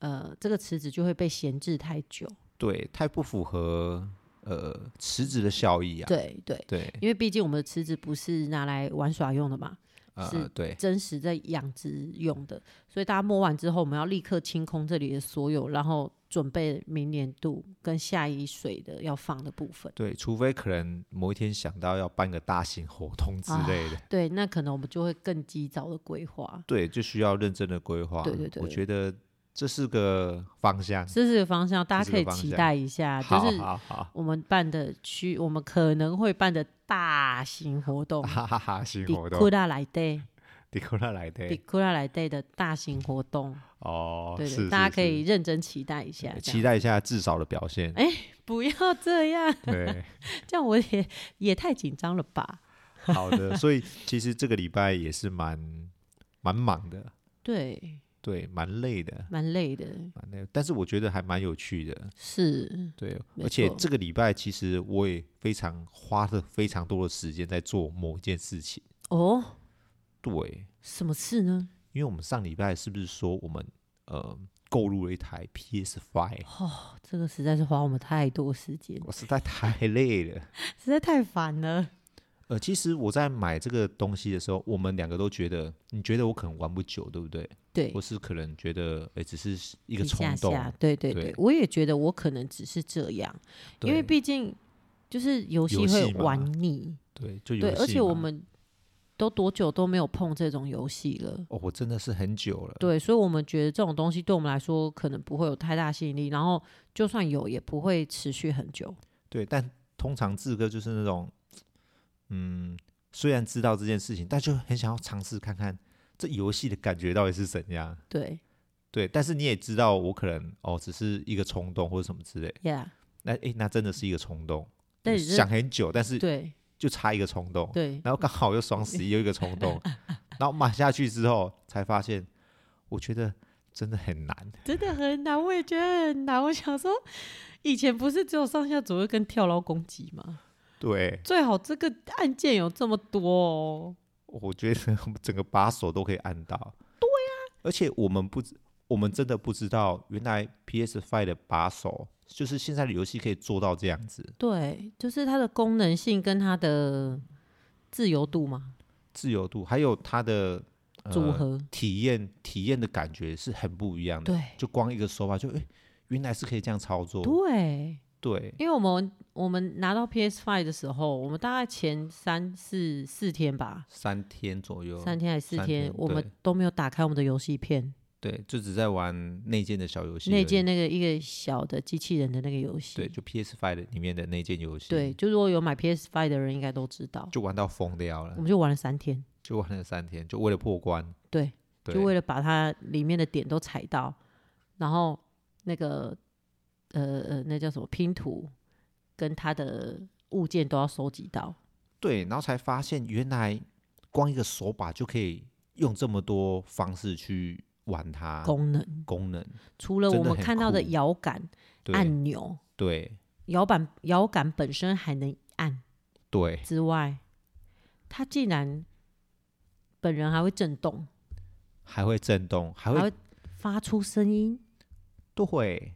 Speaker 2: 呃，这个池子就会被闲置太久。
Speaker 1: 对，太不符合。呃池子的效益啊。
Speaker 2: 对对，
Speaker 1: 对，
Speaker 2: 因为毕竟我们的池子不是拿来玩耍用的嘛，
Speaker 1: 呃
Speaker 2: 是，
Speaker 1: 对，
Speaker 2: 真实在养殖用的，所以大家摸完之后，我们要立刻清空这里的所有，然后准备明年度跟下一水的要放的部分。
Speaker 1: 对，除非可能某一天想到要办个大型活动之
Speaker 2: 啊
Speaker 1: 类的，
Speaker 2: 对，那可能我们就会更及早的规划，
Speaker 1: 对，就需要认真的规划。
Speaker 2: 对对对
Speaker 1: 我觉得这是个方向。
Speaker 2: 这是个方向，大家
Speaker 1: 这
Speaker 2: 可
Speaker 1: 是
Speaker 2: 以
Speaker 1: 个方
Speaker 2: 期
Speaker 1: 向
Speaker 2: 待一下，就
Speaker 1: 好
Speaker 2: 是
Speaker 1: 好好，
Speaker 2: 我们办的区，我们可能会办的大型活动。
Speaker 1: 哈哈哈，新
Speaker 2: 迪
Speaker 1: 活动，
Speaker 2: 库拉来 day，
Speaker 1: 迪库拉来
Speaker 2: 迪
Speaker 1: 的
Speaker 2: 库拉来 day 的大型活动，
Speaker 1: 哦，
Speaker 2: 对
Speaker 1: 是
Speaker 2: 对，
Speaker 1: 是
Speaker 2: 大家可
Speaker 1: 是
Speaker 2: 以认真期待一下。这
Speaker 1: 期
Speaker 2: 样
Speaker 1: 待一下至少的表
Speaker 2: [LAUGHS]
Speaker 1: 现。
Speaker 2: 哎不要这样，
Speaker 1: 对，
Speaker 2: 这样我也也太紧张了吧？ [LAUGHS]
Speaker 1: 好的。所以其实这个礼拜也是蛮蛮忙的，
Speaker 2: 对，
Speaker 1: 对，蛮累的，
Speaker 2: 蛮累的，
Speaker 1: 蛮累的。但是我觉得还蛮有趣的，
Speaker 2: 是
Speaker 1: 对。
Speaker 2: 没
Speaker 1: 而且
Speaker 2: 错
Speaker 1: 这个礼拜其实我也非常花了非常多的时间在做某一件事情，
Speaker 2: 哦。
Speaker 1: 对。
Speaker 2: 什么事呢？
Speaker 1: 因为我们上礼拜是不是说我们呃购入了一台 PS Five？
Speaker 2: 哦，这个实在是花我们太多时间，
Speaker 1: 我实在太累了。
Speaker 2: 实在太烦了。
Speaker 1: 呃，其实我在买这个东西的时候，我们两个都觉得，你觉得我可能玩不久，对不对？
Speaker 2: 对
Speaker 1: 或，是可能觉得，哎、只是一
Speaker 2: 一
Speaker 1: 个冲
Speaker 2: 下
Speaker 1: 动，
Speaker 2: 下，对对对
Speaker 1: 对，
Speaker 2: 我也觉得我可能只是这样，因
Speaker 1: 对
Speaker 2: 为毕竟就是游戏
Speaker 1: 游
Speaker 2: 会
Speaker 1: 戏嘛
Speaker 2: 玩腻，
Speaker 1: 对，就游
Speaker 2: 对，而
Speaker 1: 戏
Speaker 2: 且我
Speaker 1: 嘛
Speaker 2: 们都多久都没有碰这种游戏了。
Speaker 1: 哦，我真的是很久了，
Speaker 2: 对，所以我们觉得这种东西对我们来说可能不会有太大吸引力，然后就算有，也不会持续很久。
Speaker 1: 对但通常志哥就是那种，嗯，虽然知道这件事情，但就很想要尝试看看这游戏的感觉到底是怎样。
Speaker 2: 对
Speaker 1: 对，但是你也知道，我可能哦，只是一个冲动或者什么之类。
Speaker 2: ，Yeah，
Speaker 1: 那诶，那真的是一个冲动，
Speaker 2: 但
Speaker 1: 就是想很久，但是
Speaker 2: 对
Speaker 1: 就差一个冲动。
Speaker 2: 对，
Speaker 1: 然后刚好又双十一，又一个冲
Speaker 2: [LAUGHS]
Speaker 1: 动，然后买下去之后才发现，我觉得真的很难。
Speaker 2: 真的很难，我也觉得很难。我想说，以前不是只有上下左右跟跳捞攻击吗？
Speaker 1: 对，
Speaker 2: 最好这个按键有这么多哦。
Speaker 1: 我觉得 [LAUGHS] 整个把手都可以按到。对
Speaker 2: 啊
Speaker 1: 呀、而且我们不知，我们真的不知道，原来 PS Five 的把手就是现在的游戏可以做到这样子，
Speaker 2: 对，就是它的功能性跟它的自由度嘛，
Speaker 1: 自由度还有它的、呃、
Speaker 2: 组合。
Speaker 1: 体验，体验的感觉是很不一样的。
Speaker 2: 对
Speaker 1: 就光一个手法就，诶原来是可以这样操作。
Speaker 2: 对，
Speaker 1: 对，
Speaker 2: 因为我们我们拿到 PS Five 的时候，我们大概前三四四天吧，
Speaker 1: 三天左右，
Speaker 2: 三天还是四
Speaker 1: 三天
Speaker 2: 我们
Speaker 1: 对
Speaker 2: 都没有打开我们的游戏片，
Speaker 1: 对，就只在玩内建的小游戏而已，
Speaker 2: 那件那个一个小的机器人的那个游戏。
Speaker 1: 对，就 PS Five 里面的内建游戏，
Speaker 2: 对，，就如果有买 PS Five 的人应该都知道，
Speaker 1: 就玩到疯掉了
Speaker 2: 我，们就玩了三天，
Speaker 1: 就玩了三天，就为了破关，
Speaker 2: 对，
Speaker 1: 对，
Speaker 2: 就为了把它里面的点都踩到，然后那个呃呃，那叫什么拼图跟它的物件都要收集到。
Speaker 1: 对，然后才发现原来光一个手把就可以用这么多方式去玩它
Speaker 2: 功能
Speaker 1: 功能，
Speaker 2: 除了
Speaker 1: 啊真
Speaker 2: 我
Speaker 1: 的
Speaker 2: 们
Speaker 1: 很
Speaker 2: 看到的
Speaker 1: 酷
Speaker 2: 摇杆
Speaker 1: 对
Speaker 2: 按钮，
Speaker 1: 对
Speaker 2: 摇板摇杆本身还能按
Speaker 1: 对
Speaker 2: 之外，它竟然本人还会震动，
Speaker 1: 还会震动，还
Speaker 2: 还
Speaker 1: 会
Speaker 2: 会发出声音。
Speaker 1: 对，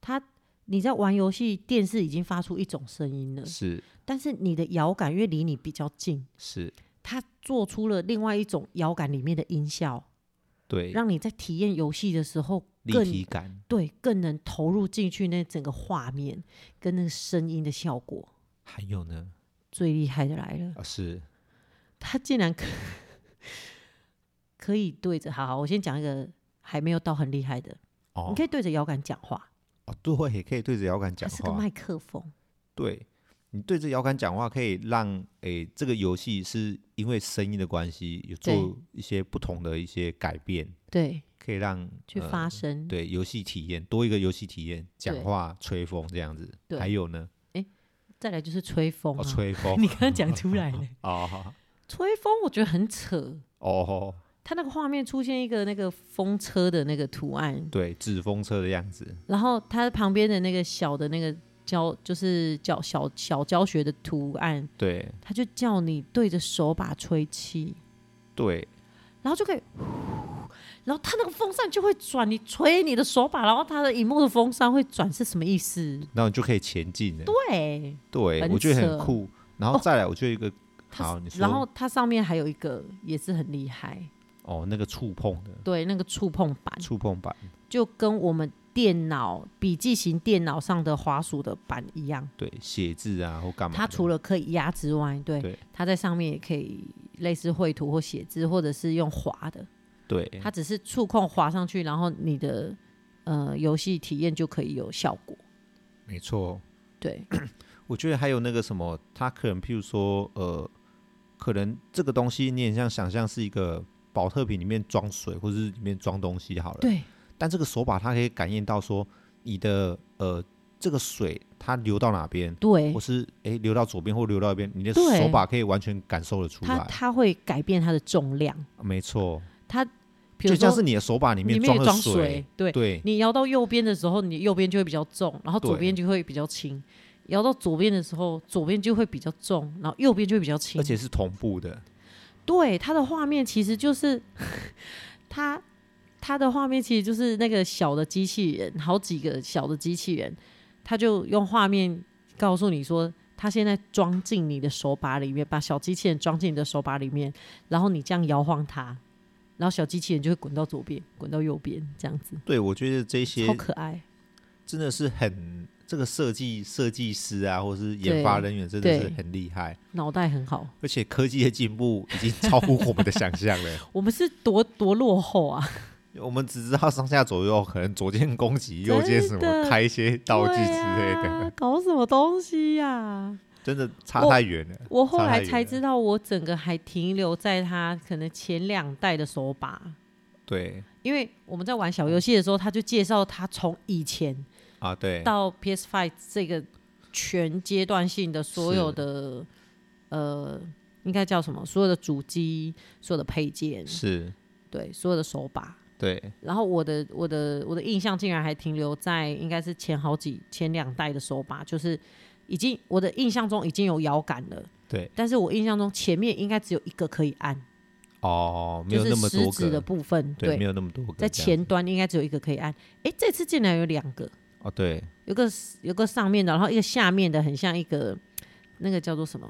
Speaker 2: 它你在玩游戏，电视已经发出一种声音了，
Speaker 1: 是
Speaker 2: 但是你的摇杆因为离你比较近，
Speaker 1: 是，
Speaker 2: 它做出了另外一种摇杆里面的音效，
Speaker 1: 对，
Speaker 2: 让你在体验游戏的时候
Speaker 1: 立
Speaker 2: 更
Speaker 1: 体感，
Speaker 2: 对更能投入进去那整个画面跟那个声音的效果。
Speaker 1: 还有呢，
Speaker 2: 最厉害的来了。
Speaker 1: 啊是
Speaker 2: 他竟然可可以对着，好好，我先讲一个还没有到很厉害的，
Speaker 1: 哦
Speaker 2: 你可以对着摇杆讲话，
Speaker 1: 哦对，也可以对着摇杆
Speaker 2: 它
Speaker 1: 讲
Speaker 2: 是个
Speaker 1: 话，
Speaker 2: 麦克风，
Speaker 1: 对你对着摇杆讲话，可以让诶、这个游戏是因为声音的关系，有
Speaker 2: 对
Speaker 1: 做一些不同的一些改变，
Speaker 2: 对，
Speaker 1: 可以让
Speaker 2: 去
Speaker 1: 呃
Speaker 2: 发声。
Speaker 1: 对游戏体验多一个游戏体验，讲
Speaker 2: 对
Speaker 1: 话、吹风这样子。
Speaker 2: 对
Speaker 1: 还有呢，
Speaker 2: 再来就是吹风、啊
Speaker 1: 哦，
Speaker 2: [LAUGHS]
Speaker 1: 吹风
Speaker 2: 你刚刚讲出来了，
Speaker 1: 哦
Speaker 2: 吹风我觉得很扯。
Speaker 1: 哦，
Speaker 2: 它那个画面出现一个那个风车的那个图案，
Speaker 1: 对，纸风车的样子，
Speaker 2: 然后它旁边的那个小的那个教就是教小小教学的图案，
Speaker 1: 对
Speaker 2: 它就叫你对着手把吹气。
Speaker 1: 对
Speaker 2: 然后就可以，然后它那个风扇就会转，你吹你的手把，然后它的荧幕的风扇会转，是什么意思？
Speaker 1: 然后你就可以前进了。
Speaker 2: 对，
Speaker 1: 对，
Speaker 2: 很
Speaker 1: 我觉得
Speaker 2: 扯
Speaker 1: 很酷。然后再来，我觉得一个、好，你说
Speaker 2: 然后哦它上面还有一个也是很厉害，
Speaker 1: 哦，那个触碰的
Speaker 2: 对，那个触碰板
Speaker 1: 触碰板，
Speaker 2: 就跟我们电脑笔记型电脑上的滑鼠的板一样，
Speaker 1: 对，写字啊或干嘛的，
Speaker 2: 它除了可以压之外，对，
Speaker 1: 对
Speaker 2: 它在上面也可以类似绘图或写字，或者是用滑的，
Speaker 1: 对
Speaker 2: 它只是触控滑上去，然后你的呃游戏体验就可以有效果。
Speaker 1: 没错，
Speaker 2: 对，
Speaker 1: 我觉得还有那个什么，它可能譬如说，呃，可能这个东西你很像想象是一个保特瓶里面装水，或者是里面装东西好了。。
Speaker 2: 对，
Speaker 1: 但这个手把它可以感应到说你的呃这个水它流到哪边，
Speaker 2: 对
Speaker 1: 或，是诶流到左边或流到右边，你的
Speaker 2: 对
Speaker 1: 手把可以完全感受得出
Speaker 2: 它
Speaker 1: 来。
Speaker 2: 它会改变它的重量，
Speaker 1: 没错，
Speaker 2: 它比如
Speaker 1: 就像
Speaker 2: 说
Speaker 1: 是你的手把里面
Speaker 2: 里面
Speaker 1: 装
Speaker 2: 有
Speaker 1: 了
Speaker 2: 装水，对，
Speaker 1: 对
Speaker 2: 你摇到右边的时候，你右边就会比较重，然后左
Speaker 1: 对
Speaker 2: 边就会比较轻。摇到左边的时候，左边就会比较重，然后右边就会比较轻。
Speaker 1: 而且是同步的，
Speaker 2: 对它的画面其实就是它它的画面其实就是那个小的机器人，好几个小的机器人，它就用画面告诉你说。它现在装进你的手把里面，把小机器人装进你的手把里面，然后你这样摇晃它，然后小机器人就会滚到左边，滚到右边，这样子
Speaker 1: 对我觉得这些
Speaker 2: 超可爱。
Speaker 1: 真的是很这个设计设计师啊，或是研发
Speaker 2: 对
Speaker 1: 人员真的是
Speaker 2: 对
Speaker 1: 很厉害，
Speaker 2: 脑袋很好，
Speaker 1: 而且科技的进步已经超乎我们的想象了。
Speaker 2: 我们是多多落后啊！
Speaker 1: 我们只知道上下左右，可能左键攻击，右键什
Speaker 2: 真的
Speaker 1: 么开一些道具之类
Speaker 2: 对
Speaker 1: 的，
Speaker 2: 啊搞什么东西呀、
Speaker 1: 真的差太远了。
Speaker 2: 我后
Speaker 1: 差太
Speaker 2: 来
Speaker 1: 远
Speaker 2: 才
Speaker 1: 了
Speaker 2: 知道，我整个还停留在他可能前两代的手把，
Speaker 1: 对
Speaker 2: 因为我们在玩小游戏的时候，他就介绍他从以前
Speaker 1: 啊，对，
Speaker 2: 到 PS Five 这个全阶段性的所有
Speaker 1: 是
Speaker 2: 的呃，应该叫什么？所有的主机、所有的配件，
Speaker 1: 是，
Speaker 2: 对，所有的手把。
Speaker 1: 对，
Speaker 2: 然后我的我的我的印象竟然还停留在应该是前好几前两代的手把，就是已经我的印象中已经有摇杆了，
Speaker 1: 对，
Speaker 2: 但是我印象中前面应该只有一个可以按，
Speaker 1: 哦，没有
Speaker 2: 就是
Speaker 1: 那么
Speaker 2: 食
Speaker 1: 多
Speaker 2: 指的
Speaker 1: 个，
Speaker 2: 部分，
Speaker 1: 对，
Speaker 2: 对，
Speaker 1: 没有那么多个这
Speaker 2: 在
Speaker 1: 样，
Speaker 2: 前端应该只有一个可以按。诶，这次竟然有两个，
Speaker 1: 哦，对，
Speaker 2: 有个有个上面的，然后一个下面的，很像一个那个叫做什么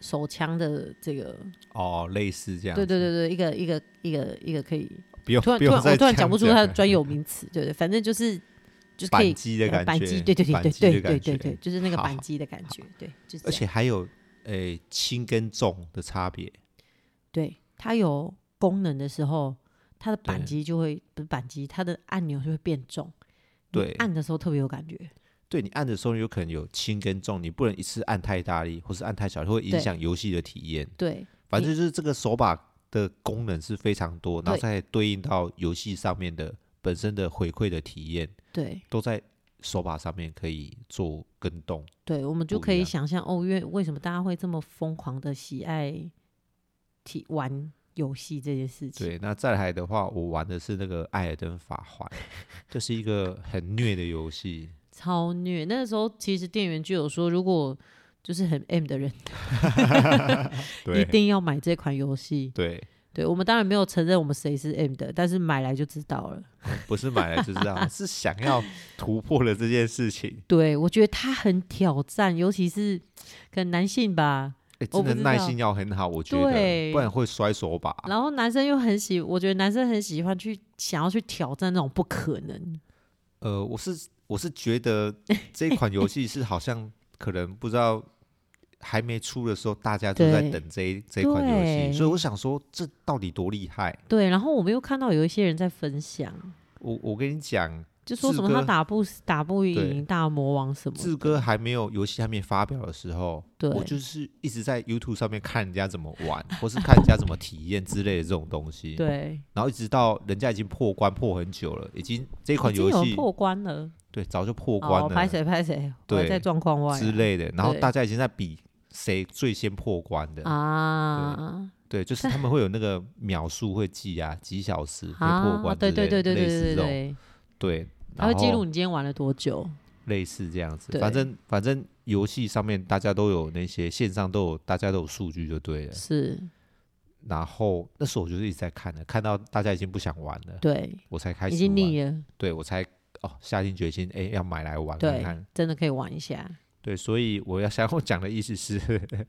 Speaker 2: 手枪的这个，
Speaker 1: 哦，类似这样
Speaker 2: 对
Speaker 1: 子，
Speaker 2: 对对对，一个一个一个一个可以
Speaker 1: 不用，
Speaker 2: 突然
Speaker 1: 不
Speaker 2: 突然
Speaker 1: 用再
Speaker 2: 我突然
Speaker 1: 这样
Speaker 2: 讲不出它的
Speaker 1: 了
Speaker 2: 专有名词，对对，反正就是就是可以
Speaker 1: 扳机的
Speaker 2: 呃
Speaker 1: 感觉，
Speaker 2: 扳机，对对对
Speaker 1: 扳
Speaker 2: 对
Speaker 1: 机的
Speaker 2: 对
Speaker 1: 感
Speaker 2: 对对
Speaker 1: 觉
Speaker 2: 对，就是那个
Speaker 1: 好
Speaker 2: 扳
Speaker 1: 好
Speaker 2: 机的感觉，对，就是这
Speaker 1: 而
Speaker 2: 样
Speaker 1: 且还有诶轻跟重的差别，
Speaker 2: 对它有功能的时候，它的扳
Speaker 1: 对
Speaker 2: 机就会不是扳机，它的按钮就会变重，你
Speaker 1: 对
Speaker 2: 按的时候特别有感觉，
Speaker 1: 对你按的时候有可能有轻跟重，你不能一次按太大力或是按太小力，会影
Speaker 2: 对
Speaker 1: 响游戏的体验。
Speaker 2: 对
Speaker 1: 反
Speaker 2: 你
Speaker 1: 正就是这个手把的功能是非常多，然后
Speaker 2: 对
Speaker 1: 再对应到游戏上面的本身的回馈的体验，
Speaker 2: 对
Speaker 1: 都在手把上面可以做跟动。
Speaker 2: 对，我们就
Speaker 1: 不
Speaker 2: 可
Speaker 1: 一
Speaker 2: 以
Speaker 1: 样
Speaker 2: 想象哦，因为为什么大家会这么疯狂的喜爱体玩游戏这件事情？
Speaker 1: 对，那再来的话，我玩的是那个《艾尔登法环》， [LAUGHS] 这是一个很虐的游戏。
Speaker 2: 超虐。那个时候其实店员就有说，如果就是很 M
Speaker 1: [LAUGHS]
Speaker 2: 的人，一
Speaker 1: 对
Speaker 2: 定要买这款游戏。
Speaker 1: 对，
Speaker 2: 对我们当然没有承认我们谁是 M 的，但是买来就知道了。
Speaker 1: 不是买来就知道，是想要突破了这件事
Speaker 2: [LAUGHS]
Speaker 1: 情。
Speaker 2: 对我觉得它很挑战，尤其是可能男性吧，
Speaker 1: 哎，真
Speaker 2: 我
Speaker 1: 的
Speaker 2: 不知
Speaker 1: 耐
Speaker 2: 道
Speaker 1: 心要很好，我觉
Speaker 2: 对
Speaker 1: 得，不然会摔手把。
Speaker 2: 然后男生又很喜，我觉得男生很喜欢去想要去挑战那种不可能。
Speaker 1: 呃，我是我是觉得这款游戏是好像可能不知道还没出的时候，大家都在
Speaker 2: 对
Speaker 1: 等这一这一款游
Speaker 2: 对
Speaker 1: 戏，所以我想说这到底多厉害？
Speaker 2: 对，然后我们又看到有一些人在分享，
Speaker 1: 我我跟你讲，
Speaker 2: 就说
Speaker 1: 志
Speaker 2: 什么他
Speaker 1: 哥
Speaker 2: 打不打不
Speaker 1: 对
Speaker 2: 赢大魔王什么的，
Speaker 1: 志哥还没有游戏还没发表的时候，
Speaker 2: 对
Speaker 1: 我就是一直在 YouTube 上面看人家怎么玩，或是看人家怎么体验之类的这种东西。，
Speaker 2: 对，
Speaker 1: 然后一直到人家已经破关破很久了，已经这款
Speaker 2: 已经
Speaker 1: 游
Speaker 2: 有人
Speaker 1: 戏
Speaker 2: 破关了，
Speaker 1: 对早就破关
Speaker 2: 哦，拍
Speaker 1: 了
Speaker 2: 谁拍谁，我
Speaker 1: 对
Speaker 2: 在状况外啊
Speaker 1: 之类的，然后
Speaker 2: 对
Speaker 1: 大家已经在比谁最先破关的
Speaker 2: 啊
Speaker 1: 对，就是他们会有那个秒数会记啊，几小时会破
Speaker 2: 啊，
Speaker 1: 关
Speaker 2: 对
Speaker 1: 之
Speaker 2: 对
Speaker 1: 类
Speaker 2: 对对对
Speaker 1: 类似这
Speaker 2: 对
Speaker 1: 种
Speaker 2: 对，
Speaker 1: 对，然
Speaker 2: 他会
Speaker 1: 后
Speaker 2: 记录你今天玩了多久，
Speaker 1: 类似这样子，
Speaker 2: 对
Speaker 1: 反正反正游戏上面大家都有那些线上都有，大家都有数据就对了。
Speaker 2: 是
Speaker 1: 然后那时候我就是一直在看的，看到大家已经不想玩了，
Speaker 2: 对，
Speaker 1: 我才开始
Speaker 2: 已经
Speaker 1: 玩
Speaker 2: 腻了，
Speaker 1: 对我才哦下定决心，哎，要买来玩看
Speaker 2: 对
Speaker 1: 看。，
Speaker 2: 真的可以玩一下，
Speaker 1: 对，所以我要 [LAUGHS] 想要讲的意思是， [LAUGHS]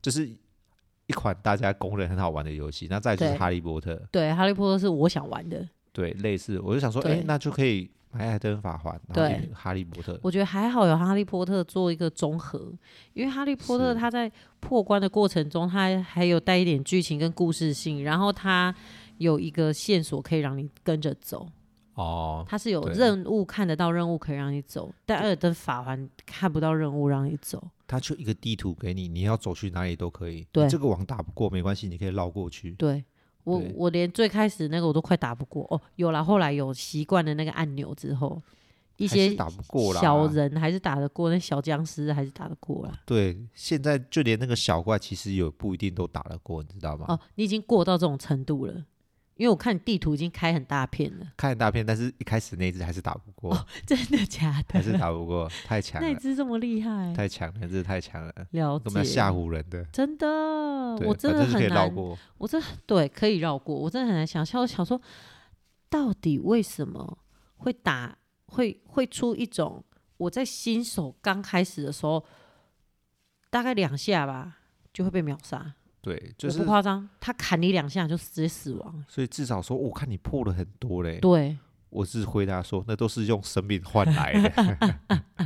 Speaker 1: 就是一款大家公认很好玩的游戏。那再来就是
Speaker 2: 对
Speaker 1: 《哈利波特》，
Speaker 2: 对，哈利波特是我想玩的，
Speaker 1: 对，类似，我就想说，哎、
Speaker 2: 对
Speaker 1: 那就可以买《艾登法环》，然后
Speaker 2: 对
Speaker 1: 一个《哈利波特》。
Speaker 2: 我觉得还好有哈利波特做一个综合，因为哈利波特
Speaker 1: 是
Speaker 2: 他在破关的过程中，他还有带一点剧情跟故事性，然后他有一个线索可以让你跟着走，
Speaker 1: 哦，
Speaker 2: 他是有
Speaker 1: 对
Speaker 2: 任务看得到任务可以让你走，但艾尔登法环看不到任务让你走，
Speaker 1: 它就一个地图给你，你要走去哪里都可以。你
Speaker 2: 对
Speaker 1: 这个网打不过没关系，你可以绕过去。
Speaker 2: 对。我
Speaker 1: 对
Speaker 2: 我连最开始那个我都快打不过哦，有了，后来有习惯了那个按钮之后，一
Speaker 1: 还是
Speaker 2: 些
Speaker 1: 打不过啦，
Speaker 2: 小人还是打得过，那小僵尸还是打得过啦。
Speaker 1: 对，现在就连那个小怪其实有不一定都打得过，你知道吗？
Speaker 2: 哦，你已经过到这种程度了，因为我看地图已经开很大片了， [LAUGHS]
Speaker 1: 看大片，但是一开始那只还是打不过，
Speaker 2: 真的假的？
Speaker 1: 还是打不过，太强
Speaker 2: 哦 [LAUGHS] 那一
Speaker 1: 了，
Speaker 2: 只这么厉害，
Speaker 1: 太强了，真的太强了。
Speaker 2: 了
Speaker 1: 我们
Speaker 2: 解。
Speaker 1: 吓唬人的，
Speaker 2: 真的，
Speaker 1: 对
Speaker 2: 我真的
Speaker 1: 反正是可
Speaker 2: 很
Speaker 1: 以绕
Speaker 2: 难，
Speaker 1: 过。
Speaker 2: 我真对可以绕过，我真的很难想象。我想说，到底为什么会打会会出一种我在新手刚开始的时候，大概两下吧就会被秒杀，
Speaker 1: 对，就
Speaker 2: 我
Speaker 1: 是
Speaker 2: 不夸张，他砍你两下就直接死亡。
Speaker 1: 所以至少说，我看你破了很多嘞。
Speaker 2: 对，
Speaker 1: 我是回答说，那都是用生命换来
Speaker 2: [LAUGHS]
Speaker 1: 的。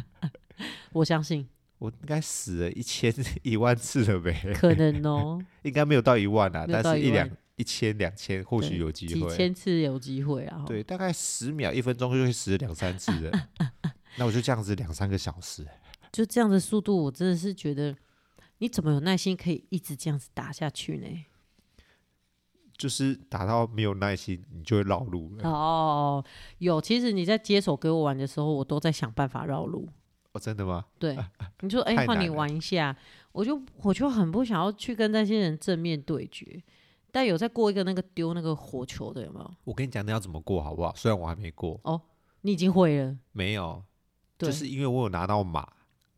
Speaker 2: 我相信
Speaker 1: 我应该死了一千一万次了呗，
Speaker 2: 可能哦，
Speaker 1: [LAUGHS] 应该没有到一万啊，
Speaker 2: 没
Speaker 1: 但
Speaker 2: 有到
Speaker 1: 是一
Speaker 2: 一万
Speaker 1: 两一千两千或许
Speaker 2: 对
Speaker 1: 有机
Speaker 2: 几
Speaker 1: 会。
Speaker 2: 千次有机会啊。
Speaker 1: 对，大概十秒一分钟就会死两三次
Speaker 2: [LAUGHS]
Speaker 1: 了。那我就这样子两三个小时，
Speaker 2: 就这样的速度，我真的是觉得你怎么有耐心可以一直这样子打下去呢？
Speaker 1: 就是打到没有耐心，你就会绕路了。
Speaker 2: 哦，有，其实你在接手给我玩的时候，我都在想办法绕路。
Speaker 1: 哦，真的吗？ [LAUGHS]
Speaker 2: 对，你就哎
Speaker 1: 太
Speaker 2: 换、
Speaker 1: 难
Speaker 2: 你
Speaker 1: 了
Speaker 2: 玩一下，我就我就很不想要去跟那些人正面对决。但有在过一个那个丢那个火球的有没有？
Speaker 1: 我跟你讲，你要怎么过好不好？虽然我还没过，
Speaker 2: 你已经会了，
Speaker 1: 没有，
Speaker 2: 对，
Speaker 1: 就是因为我有拿到马，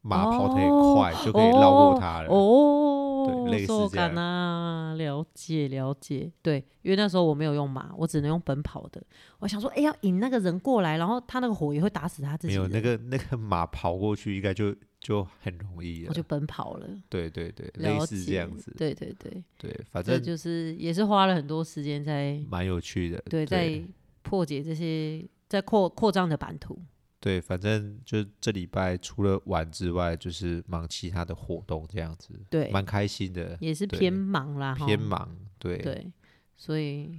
Speaker 1: 马跑得很快，就可以
Speaker 2: 哦
Speaker 1: 绕过它了。
Speaker 2: 哦，
Speaker 1: 对类似
Speaker 2: 受
Speaker 1: 这样
Speaker 2: 感啊，了解了解，对，因为那时候我没有用马，我只能用奔跑的。我想说，哎、要引那个人过来，然后他那个火也会打死他自
Speaker 1: 没
Speaker 2: 己
Speaker 1: 有
Speaker 2: 人。
Speaker 1: 那个那个马跑过去，应该就就很容易
Speaker 2: 我
Speaker 1: 了
Speaker 2: 就。奔跑了，
Speaker 1: 对对对，类
Speaker 2: 了
Speaker 1: 似这样
Speaker 2: 解
Speaker 1: 子。
Speaker 2: 对对对，
Speaker 1: 对，反
Speaker 2: 这
Speaker 1: 正嗯
Speaker 2: 就是也是花了很多时间在
Speaker 1: 蛮有趣的。
Speaker 2: 对在破解这些，在扩扩张的版图。
Speaker 1: 对，反正就这礼拜除了玩之外，就是忙其他的活动这样子，
Speaker 2: 对，
Speaker 1: 蛮开心的。
Speaker 2: 也是
Speaker 1: 对
Speaker 2: 偏忙啦，哈
Speaker 1: 偏忙，欸对，
Speaker 2: 对，所以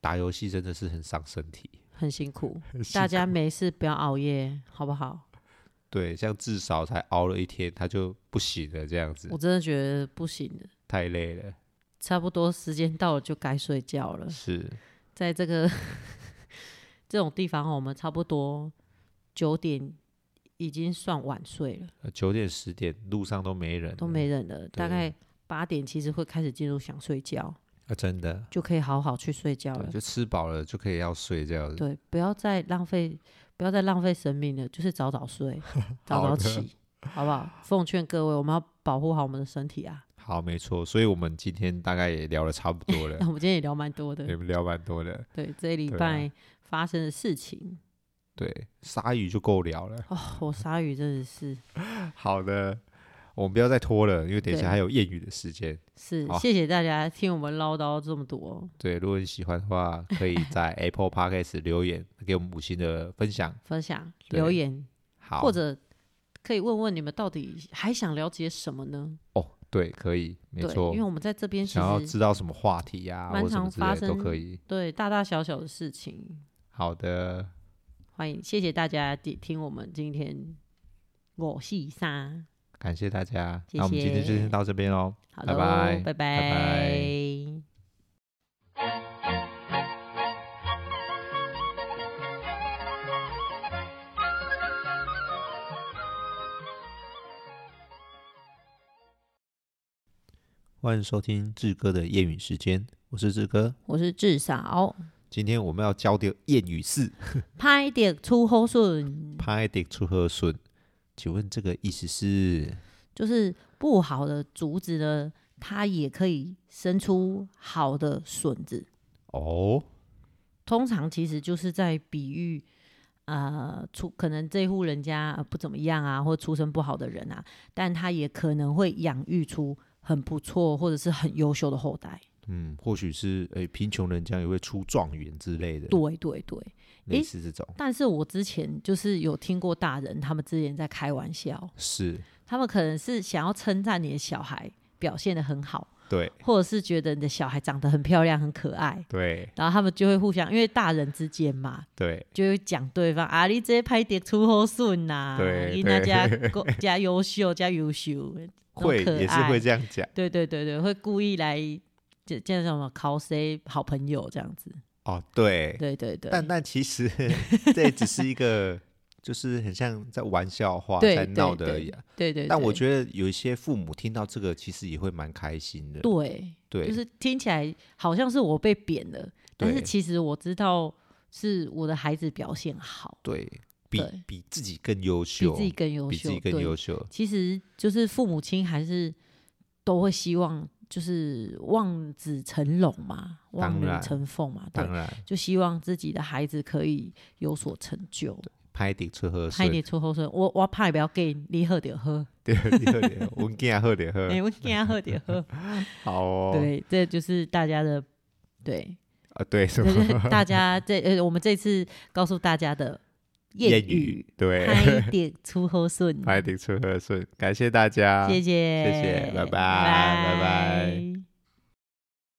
Speaker 1: 打游戏真的是很伤身体。
Speaker 2: 很辛苦，大家没事不要熬夜，好不好？
Speaker 1: 对，像至少才熬了一天，他就不行了，这样子
Speaker 2: 我真的觉得不行的。
Speaker 1: 太累了。
Speaker 2: 差不多时间到了就该睡觉了。
Speaker 1: 是，
Speaker 2: 在这个 [LAUGHS] 这种地方哦，我们差不多九点已经算晚睡了，
Speaker 1: 呃九点十点路上都没人，
Speaker 2: 都没人了。大概八点其实会开始进入想睡觉，
Speaker 1: 啊，真的，
Speaker 2: 就可以好好去睡觉
Speaker 1: 对，
Speaker 2: 了。
Speaker 1: 就吃饱了就可以要睡这样子。
Speaker 2: 对，不要再浪费，不要再浪费生命了，就是早
Speaker 1: [LAUGHS]
Speaker 2: 早睡，早
Speaker 1: 好
Speaker 2: 早
Speaker 1: 的
Speaker 2: 起，好不好？奉劝各位，我们要保护好我们的身体啊。
Speaker 1: 好，没错，所以我们今天大概也聊了差不多了
Speaker 2: [LAUGHS] 那，我们今天也聊蛮多
Speaker 1: 你
Speaker 2: 的，
Speaker 1: 们聊蛮多的，
Speaker 2: 对，这一礼
Speaker 1: 对啊
Speaker 2: 拜发生的事情，
Speaker 1: 对，鲨鱼就够聊了。
Speaker 2: 哦，我鲨鱼真的是。
Speaker 1: 好的，我们不要再拖了，因为等一下
Speaker 2: 啊对
Speaker 1: 还有谚语的时间。
Speaker 2: 是
Speaker 1: 好，
Speaker 2: 谢谢大家听我们唠叨这么多，
Speaker 1: 对，如果你喜欢的话，可以
Speaker 2: [LAUGHS]
Speaker 1: 在 Apple Podcast 留言给我们五星的分享。
Speaker 2: 分享、
Speaker 1: 对
Speaker 2: 留言，
Speaker 1: 好，
Speaker 2: 或者可以问问你们到底还想了解什么呢？
Speaker 1: 哦，对，可以，没
Speaker 2: 对，
Speaker 1: 错
Speaker 2: 因为。我们在这边其
Speaker 1: 想要
Speaker 2: 实
Speaker 1: 知道什么话题呀、
Speaker 2: 蛮
Speaker 1: 或什么
Speaker 2: 常
Speaker 1: 之类
Speaker 2: 发
Speaker 1: 的都
Speaker 2: 生
Speaker 1: 可以。
Speaker 2: 对大大小小的事情，
Speaker 1: 好的，
Speaker 2: 欢迎，谢谢大家听听我们今天我是莎，
Speaker 1: 感谢大家，
Speaker 2: 谢
Speaker 1: 那我们今天就
Speaker 2: 谢
Speaker 1: 先到这边喽。
Speaker 2: 好
Speaker 1: 拜
Speaker 2: 喽
Speaker 1: 拜
Speaker 2: 拜
Speaker 1: 拜
Speaker 2: 拜
Speaker 1: 欢迎收听志哥的谚语时间，我是志哥。
Speaker 2: 我是至少
Speaker 1: 今天我们要教的谚语
Speaker 2: [LAUGHS]
Speaker 1: 是
Speaker 2: 拍点出后顺
Speaker 1: “，拍得出和顺”，请问这个意思是？
Speaker 2: 就是不好的竹子的它也可以生出好的笋子。
Speaker 1: 哦，
Speaker 2: 通常其实就是在比喻，呃，出可能这户人家、呃不怎么样啊，或出身不好的人啊，但他也可能会养育出很不错或者是很优秀的后代。
Speaker 1: 嗯，或许是诶，贫穷人家也会出状元之类的，
Speaker 2: 对对对，
Speaker 1: 类
Speaker 2: 诶
Speaker 1: 似这种
Speaker 2: 但是我之前就是有听过大人他们之前在开玩笑，
Speaker 1: 是，
Speaker 2: 他们可能是想要称赞你的小孩表现的很好，
Speaker 1: 对
Speaker 2: 或者是觉得你的小孩长得很漂亮、很可爱，
Speaker 1: 对
Speaker 2: 然后他们就会互相，因为大人之间嘛，
Speaker 1: 对，
Speaker 2: 就会讲对方啊，你这拍得出好顺呐，
Speaker 1: 对
Speaker 2: 你那家
Speaker 1: [LAUGHS]
Speaker 2: 加优秀加优秀，
Speaker 1: 会
Speaker 2: 可
Speaker 1: 也是
Speaker 2: 爱
Speaker 1: 会这样讲
Speaker 2: 对对对对，会故意来这这叫什么 cos 好朋友这样子，
Speaker 1: 哦，对，
Speaker 2: 对对对，
Speaker 1: 但但其
Speaker 2: [LAUGHS]
Speaker 1: 实这也只是一个，就是很像在玩笑话
Speaker 2: 对
Speaker 1: 在
Speaker 2: 对
Speaker 1: 闹的而已啊。
Speaker 2: 对对，
Speaker 1: 但我
Speaker 2: 对
Speaker 1: 觉得有一些父母听到这个，其实也会蛮开心的。
Speaker 2: 对，
Speaker 1: 对，
Speaker 2: 就是听起来好像是我被贬了，但是
Speaker 1: 对
Speaker 2: 其实我知道是我的孩子表现好，
Speaker 1: 对比
Speaker 2: 对
Speaker 1: 比自己更优
Speaker 2: 比
Speaker 1: 秀，
Speaker 2: 自己更优
Speaker 1: 比自
Speaker 2: 秀，
Speaker 1: 己更
Speaker 2: 对
Speaker 1: 优秀。
Speaker 2: 其实就是父母亲还是都会希望，就是望子成龙嘛，望
Speaker 1: 当
Speaker 2: 女
Speaker 1: 然
Speaker 2: 成凤嘛，对
Speaker 1: 当，然，
Speaker 2: 就希望自己的孩子可以有所成就。
Speaker 1: 拍顶车喝
Speaker 2: 拍
Speaker 1: 水，
Speaker 2: 你出后生，我我怕你不要给你喝点
Speaker 1: [LAUGHS]
Speaker 2: 喝，
Speaker 1: 对，你喝点，我们给喝点喝
Speaker 2: 哎、，我给他喝点喝。
Speaker 1: 好 [LAUGHS] 哦。
Speaker 2: 对，这就是大家的，
Speaker 1: [LAUGHS]
Speaker 2: 对，
Speaker 1: 啊，对，什
Speaker 2: 这
Speaker 1: 么
Speaker 2: 就是大家这呃，我们这次告诉大家的谚
Speaker 1: 谚语
Speaker 2: 语，？ [LAUGHS]
Speaker 1: 对，
Speaker 2: 拍嗯点出
Speaker 1: [LAUGHS]
Speaker 2: 后顺，
Speaker 1: 拍顶车喝水，感谢大家，
Speaker 2: 谢谢，
Speaker 1: 谢谢拜拜
Speaker 2: 拜
Speaker 1: 拜拜